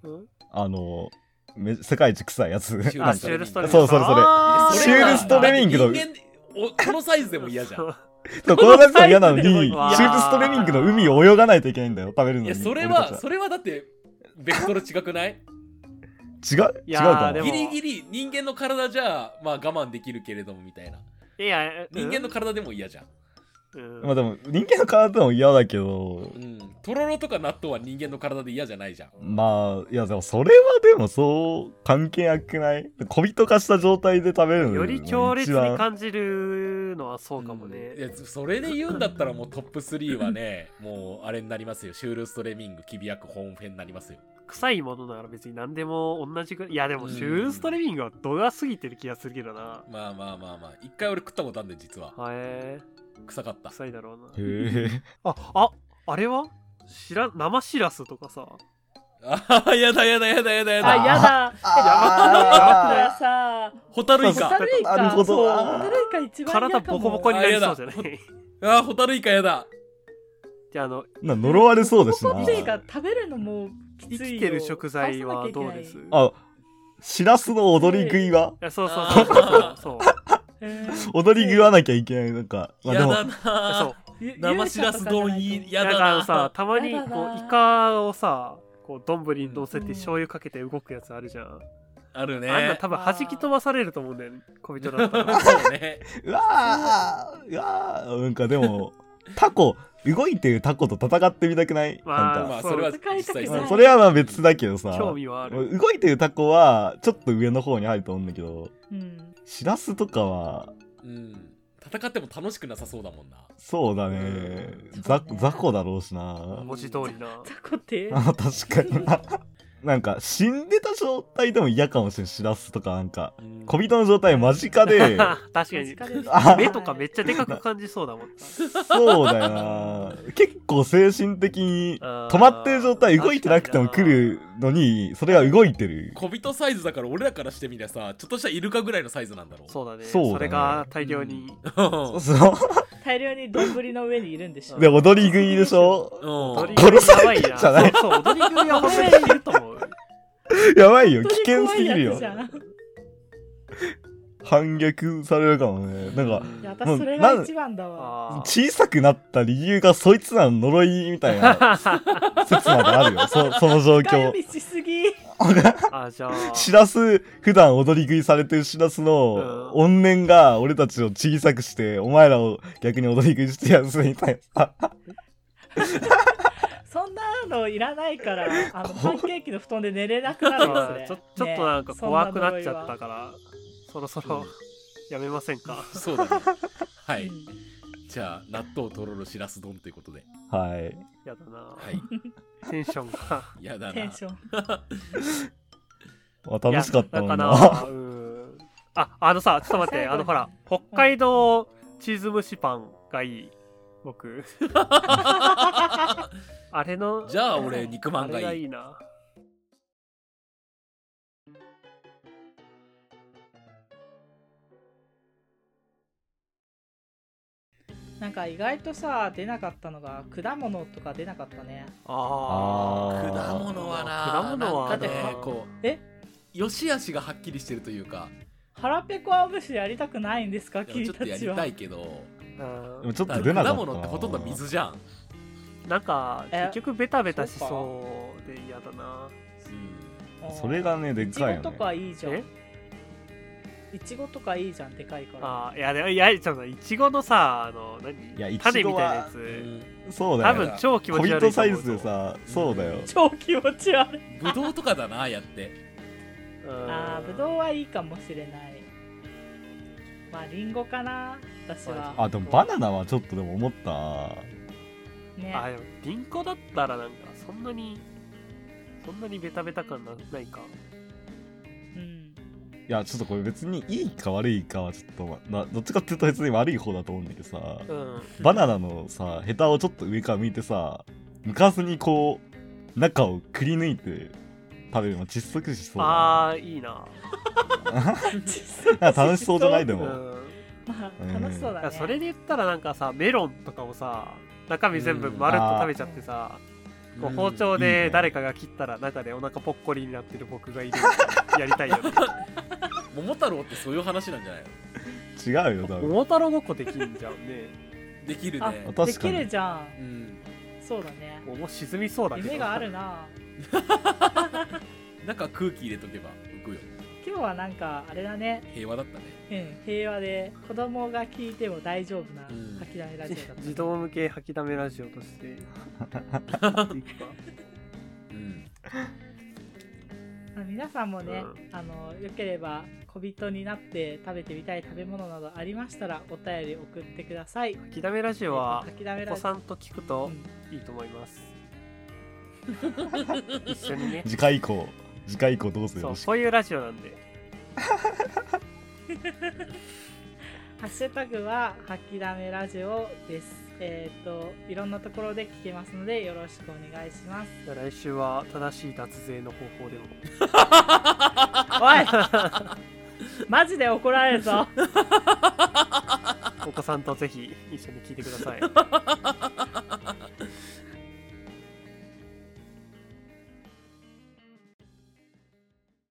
[SPEAKER 1] うん
[SPEAKER 4] あのめ世界一臭いやつ
[SPEAKER 2] シュ
[SPEAKER 1] あ
[SPEAKER 2] シ
[SPEAKER 1] シ
[SPEAKER 2] ュ
[SPEAKER 1] ュー
[SPEAKER 2] ール
[SPEAKER 1] ル
[SPEAKER 2] ス
[SPEAKER 1] ス
[SPEAKER 2] ト
[SPEAKER 1] ト
[SPEAKER 2] レ
[SPEAKER 1] レミ
[SPEAKER 2] ミン
[SPEAKER 1] ン
[SPEAKER 4] グそうそうそれ
[SPEAKER 1] あー
[SPEAKER 4] シュールストレミングの
[SPEAKER 2] 人間おこのサイズでも嫌じゃん
[SPEAKER 4] そうこのやつが嫌なのに
[SPEAKER 3] サイズ
[SPEAKER 4] シ
[SPEAKER 3] で
[SPEAKER 4] ュ
[SPEAKER 1] もいい
[SPEAKER 4] ールストレミングの海を泳がないといけないんだよ食べるの
[SPEAKER 2] い
[SPEAKER 4] に
[SPEAKER 2] やそれ
[SPEAKER 4] 俺
[SPEAKER 2] は
[SPEAKER 4] た
[SPEAKER 2] それはだってベクトル違くない
[SPEAKER 1] い
[SPEAKER 4] ちは違う違う
[SPEAKER 1] やー
[SPEAKER 4] か
[SPEAKER 1] で
[SPEAKER 4] な
[SPEAKER 1] も
[SPEAKER 2] ギリギリ人間の体じゃまあ我慢できるけれどもみたいない
[SPEAKER 1] やうん
[SPEAKER 2] 人間の体でも嫌じゃん、
[SPEAKER 1] うん
[SPEAKER 4] まあでも人間の体も嫌だけど
[SPEAKER 2] うん、とろろとか納豆は人間の体で嫌じゃないじゃん
[SPEAKER 4] まあいやでもそれはでもそう関係なくない小人化した状態で食べるの
[SPEAKER 1] より強烈に
[SPEAKER 4] 一番
[SPEAKER 1] 感じるのはそうかも
[SPEAKER 2] いや
[SPEAKER 1] ね
[SPEAKER 2] それで言うんだったらもうトップ3はね もうあれになりますよシュールストレミングキビアクホーンフェンになりますよ
[SPEAKER 1] 臭いものなら別に何でも同じくらいいやで
[SPEAKER 2] う
[SPEAKER 1] も
[SPEAKER 2] ん
[SPEAKER 1] シュールストレミングは度が過ぎてる気がするけどな
[SPEAKER 2] まあまあまあまあ一回俺食ったことあるんで実は
[SPEAKER 1] はえ
[SPEAKER 2] 臭かった
[SPEAKER 1] 臭いだろうな
[SPEAKER 4] へえ
[SPEAKER 1] あああれはしら生しらすとかさ
[SPEAKER 2] ああやだやだやだやだや
[SPEAKER 3] あ
[SPEAKER 2] だ
[SPEAKER 3] やだ
[SPEAKER 4] あー
[SPEAKER 3] えだからさ
[SPEAKER 2] ホタルイ
[SPEAKER 3] ホ
[SPEAKER 2] カ
[SPEAKER 3] タルイカ
[SPEAKER 4] なるほど
[SPEAKER 3] そう
[SPEAKER 4] あー
[SPEAKER 3] ホタルイカ一番嫌
[SPEAKER 1] 体
[SPEAKER 3] かも
[SPEAKER 1] ボコボコになりそうじゃな
[SPEAKER 2] あや
[SPEAKER 1] い
[SPEAKER 2] あーホタルイカやだ
[SPEAKER 1] じゃああの
[SPEAKER 4] な呪われそうだし
[SPEAKER 3] ポ
[SPEAKER 4] な
[SPEAKER 3] ッテリが食べるのもきつ
[SPEAKER 1] 生
[SPEAKER 3] いよ
[SPEAKER 1] きてる食材はどうです
[SPEAKER 4] あしらすの踊り食いはい
[SPEAKER 1] やそうそうそうそうそう
[SPEAKER 3] うん
[SPEAKER 4] 踊り食わなきゃいけないなんか、まあ、で
[SPEAKER 2] や
[SPEAKER 4] も
[SPEAKER 2] だな
[SPEAKER 1] そう
[SPEAKER 2] ー
[SPEAKER 3] ゆ
[SPEAKER 2] 生しらす丼いいや
[SPEAKER 1] だ
[SPEAKER 2] だ
[SPEAKER 1] から
[SPEAKER 2] な
[SPEAKER 1] さたまに
[SPEAKER 3] やだな
[SPEAKER 1] こうイカをさこう丼に乗せ
[SPEAKER 3] うん
[SPEAKER 1] て醤油かけて動くやつあるじゃん、
[SPEAKER 2] あるね
[SPEAKER 1] あんな多分弾き飛ばされると思うんだよね小人だった ら
[SPEAKER 2] そうね
[SPEAKER 4] うわーうわーなんかでもタコ動いてるタコと戦ってみたくない
[SPEAKER 1] まあ
[SPEAKER 4] なん
[SPEAKER 2] ま
[SPEAKER 4] か
[SPEAKER 2] あそれは
[SPEAKER 3] そう
[SPEAKER 2] 実際
[SPEAKER 4] まあ
[SPEAKER 3] まあ
[SPEAKER 4] それはまあ別だけどさ
[SPEAKER 1] 興味はある
[SPEAKER 4] 動いてるタコはちょっと上の方に入ると思うんだけど
[SPEAKER 3] うん
[SPEAKER 4] しらすとかは
[SPEAKER 2] うん戦っても楽しくなさそうだもんな
[SPEAKER 4] そうだね
[SPEAKER 3] うん
[SPEAKER 4] ざ
[SPEAKER 3] そうね
[SPEAKER 4] 雑魚だろうしな
[SPEAKER 1] 文字通りな
[SPEAKER 3] 雑魚って
[SPEAKER 4] あ確かにななんか死んでた状態でも嫌かもしれんしらすとかなんか
[SPEAKER 2] うん
[SPEAKER 4] 小人の状態間近 で
[SPEAKER 1] 確かに。
[SPEAKER 4] あ
[SPEAKER 1] 目とかめっちゃでかく感じそうだもん。
[SPEAKER 4] そうだよな結構精神的に
[SPEAKER 1] あー
[SPEAKER 4] 止まってる状態動いてなくても来るのにそれが動いてる
[SPEAKER 2] 小人サイズだから俺らからしてみりゃさちょっとしたイルカぐらいのサイズなんだろう
[SPEAKER 1] そうだね。
[SPEAKER 4] そうだね
[SPEAKER 1] それが大量に。
[SPEAKER 2] うん
[SPEAKER 4] そ
[SPEAKER 3] 大量に丼の上にいるんでしょ
[SPEAKER 4] うで踊り食いでし ょ
[SPEAKER 2] うん
[SPEAKER 1] 踊り食いやばいな。
[SPEAKER 4] 殺され
[SPEAKER 1] そうそう、踊り食いは本当にいると思う。
[SPEAKER 4] やばいよ
[SPEAKER 3] 本当
[SPEAKER 4] 危
[SPEAKER 3] に
[SPEAKER 4] 険
[SPEAKER 3] 怖
[SPEAKER 4] す
[SPEAKER 3] い
[SPEAKER 4] ぎ
[SPEAKER 3] や
[SPEAKER 4] る
[SPEAKER 3] つ
[SPEAKER 4] よ
[SPEAKER 3] じゃん
[SPEAKER 4] 反逆されるかもね なんか
[SPEAKER 3] いや
[SPEAKER 4] も
[SPEAKER 3] 私
[SPEAKER 4] う
[SPEAKER 3] それ
[SPEAKER 4] ま
[SPEAKER 3] が
[SPEAKER 4] ず
[SPEAKER 3] 一番だ
[SPEAKER 1] あ
[SPEAKER 3] わ
[SPEAKER 1] ー
[SPEAKER 4] 小さくなった理由がそいつらの呪いみたいな説まであるよそその状
[SPEAKER 3] 深
[SPEAKER 4] 況
[SPEAKER 3] 読みしすぎ
[SPEAKER 1] あ、じゃあ。
[SPEAKER 4] しらす普段踊り食いされてるしらすの
[SPEAKER 1] う
[SPEAKER 4] 怨念が俺たちを小さくしてお前らを逆に踊り食いしてやるぜみたいな
[SPEAKER 3] そんなのいらないからあのパンケーキの布団で寝れなくなる
[SPEAKER 1] まあ
[SPEAKER 3] や
[SPEAKER 1] ち
[SPEAKER 3] つ
[SPEAKER 1] ょ
[SPEAKER 3] ね
[SPEAKER 1] ちょっとなんか怖くなっちゃったから、そろそ
[SPEAKER 2] うん
[SPEAKER 1] ろやめませんか。
[SPEAKER 2] そうだねは
[SPEAKER 3] ね
[SPEAKER 2] いじゃあ納豆とろろしらす丼ということで
[SPEAKER 4] はい
[SPEAKER 1] やだな、
[SPEAKER 2] はい
[SPEAKER 1] テンションが。
[SPEAKER 2] や
[SPEAKER 3] う
[SPEAKER 2] だ
[SPEAKER 3] んテン
[SPEAKER 2] な
[SPEAKER 3] ション
[SPEAKER 4] まあ楽しかったもん
[SPEAKER 1] いやだ
[SPEAKER 4] な
[SPEAKER 1] からうんあ、あのさ、ちょっと待って、
[SPEAKER 3] 最後
[SPEAKER 1] あのほら、北海道チーズ蒸しパンがいい、 僕。あれの、
[SPEAKER 2] じゃあ俺肉ま
[SPEAKER 1] あ
[SPEAKER 2] ん
[SPEAKER 1] れ
[SPEAKER 2] が
[SPEAKER 1] が
[SPEAKER 2] い
[SPEAKER 1] い
[SPEAKER 2] い
[SPEAKER 1] いな。
[SPEAKER 3] なんか意外とさ出なかったのが果物とか出なかったね
[SPEAKER 1] あ
[SPEAKER 4] あ
[SPEAKER 1] ー
[SPEAKER 4] ー
[SPEAKER 2] 果物はな
[SPEAKER 1] 果物はな
[SPEAKER 2] な
[SPEAKER 1] ん
[SPEAKER 2] かねこう
[SPEAKER 3] え
[SPEAKER 2] よし悪しがはっきりしてるというか
[SPEAKER 3] 腹ペコはむしろやりたくないんですか
[SPEAKER 2] いや
[SPEAKER 3] 君
[SPEAKER 2] ちょっと
[SPEAKER 3] た
[SPEAKER 2] やり
[SPEAKER 3] ち
[SPEAKER 2] た
[SPEAKER 3] はい
[SPEAKER 2] けど
[SPEAKER 1] うん
[SPEAKER 4] でもちょっと出なか
[SPEAKER 2] 果
[SPEAKER 4] ったな
[SPEAKER 2] 物ってほとんど水じゃん、
[SPEAKER 1] なんか、
[SPEAKER 3] え
[SPEAKER 1] 結局ベタベタしそうで嫌だな。
[SPEAKER 2] うん
[SPEAKER 4] それがねでっ
[SPEAKER 3] いち
[SPEAKER 4] かい
[SPEAKER 3] ご
[SPEAKER 4] よ
[SPEAKER 3] と
[SPEAKER 4] ね
[SPEAKER 3] かいいじゃん
[SPEAKER 1] え
[SPEAKER 3] いちごとかいいじゃんでかいから
[SPEAKER 1] あーいや、でもいや、ちょっと、いちごのさ、あの、何
[SPEAKER 4] いやいちごは
[SPEAKER 1] 種みたいなやつ。
[SPEAKER 2] うん
[SPEAKER 4] そうだ
[SPEAKER 1] 多
[SPEAKER 4] よ
[SPEAKER 1] 分超気持
[SPEAKER 4] 小
[SPEAKER 1] ち悪い
[SPEAKER 4] 人
[SPEAKER 1] と
[SPEAKER 4] サ
[SPEAKER 1] 思
[SPEAKER 4] イ
[SPEAKER 1] う。
[SPEAKER 4] ズでさそうだよ
[SPEAKER 3] 超気持ち悪い
[SPEAKER 2] ぶどうとかだなやって
[SPEAKER 1] うん、
[SPEAKER 3] あーぶどうはいいかもしれないまありんごかな私は
[SPEAKER 4] あでもバナナはちょっとでも思った
[SPEAKER 3] ね
[SPEAKER 1] あでもリンゴだったらなんかそんなにそんなにベタベタ感なないか
[SPEAKER 3] うん
[SPEAKER 4] いやちょっとこれ別にいいか悪いかはちょっとまなどっちかっていうと別に悪い方だと思うんだけどさ
[SPEAKER 1] うん
[SPEAKER 4] バナナのさヘタをちょっと上から向いてさむかずにこう中をくり抜いて食べるの窒息しそうだ
[SPEAKER 1] ああいいな、
[SPEAKER 4] ななんか 楽しそうじゃないで
[SPEAKER 1] う
[SPEAKER 4] も、
[SPEAKER 1] ん、
[SPEAKER 3] ま
[SPEAKER 4] うん
[SPEAKER 3] あ楽しそう
[SPEAKER 1] だ
[SPEAKER 3] だ
[SPEAKER 1] から
[SPEAKER 3] ね
[SPEAKER 1] それで言ったらなんかさメロンとかもさ中身全部まるっと食べちゃってさ、こう包丁
[SPEAKER 4] いいね
[SPEAKER 1] で誰かが切ったら中でお腹ぽっこりになってる僕がいるやりたいよね
[SPEAKER 2] 桃太郎ってそういう話なんじゃないの
[SPEAKER 4] 違うよ多分
[SPEAKER 1] 桃太郎ごっこできんじゃんね
[SPEAKER 2] できるね
[SPEAKER 4] 確
[SPEAKER 3] で
[SPEAKER 4] か
[SPEAKER 3] きる
[SPEAKER 4] に
[SPEAKER 3] じゃん
[SPEAKER 2] うん
[SPEAKER 3] そうだね
[SPEAKER 1] もう沈みそうだけど
[SPEAKER 3] 夢があるな
[SPEAKER 2] なんか空気入れとけば浮くよ
[SPEAKER 3] 今日はなんかあれだね、
[SPEAKER 2] 平和だったね
[SPEAKER 3] うん、平和で子供が聞いても大丈夫な
[SPEAKER 2] うん
[SPEAKER 3] 吐きだめラジオだったね、
[SPEAKER 1] 自動向け吐きだめラジオとして
[SPEAKER 2] うん
[SPEAKER 3] まあ皆さんもね、
[SPEAKER 1] う
[SPEAKER 3] あのよければ小人になって食べてみたい食べ物などありましたらお便り送ってください
[SPEAKER 1] 吐きだめラジオは
[SPEAKER 3] えっと吐きだめ
[SPEAKER 1] お
[SPEAKER 3] ラ
[SPEAKER 1] 子
[SPEAKER 3] ジオ
[SPEAKER 1] さんと聞くといいと思い ます。一緒にね。
[SPEAKER 4] 次回以降次回以降どうぞよ
[SPEAKER 1] そ
[SPEAKER 4] ろ
[SPEAKER 1] う、
[SPEAKER 4] し
[SPEAKER 1] こういうラジオなんで。
[SPEAKER 3] ハッシュタグは吐きだめラジオですえっ、といろんなところで聞けますのでよろしくお願いします
[SPEAKER 1] じゃあ来週は正しい脱税の方法でも。
[SPEAKER 3] おい マジで怒られるぞ
[SPEAKER 1] お子さんとぜひ一緒に聞いてください。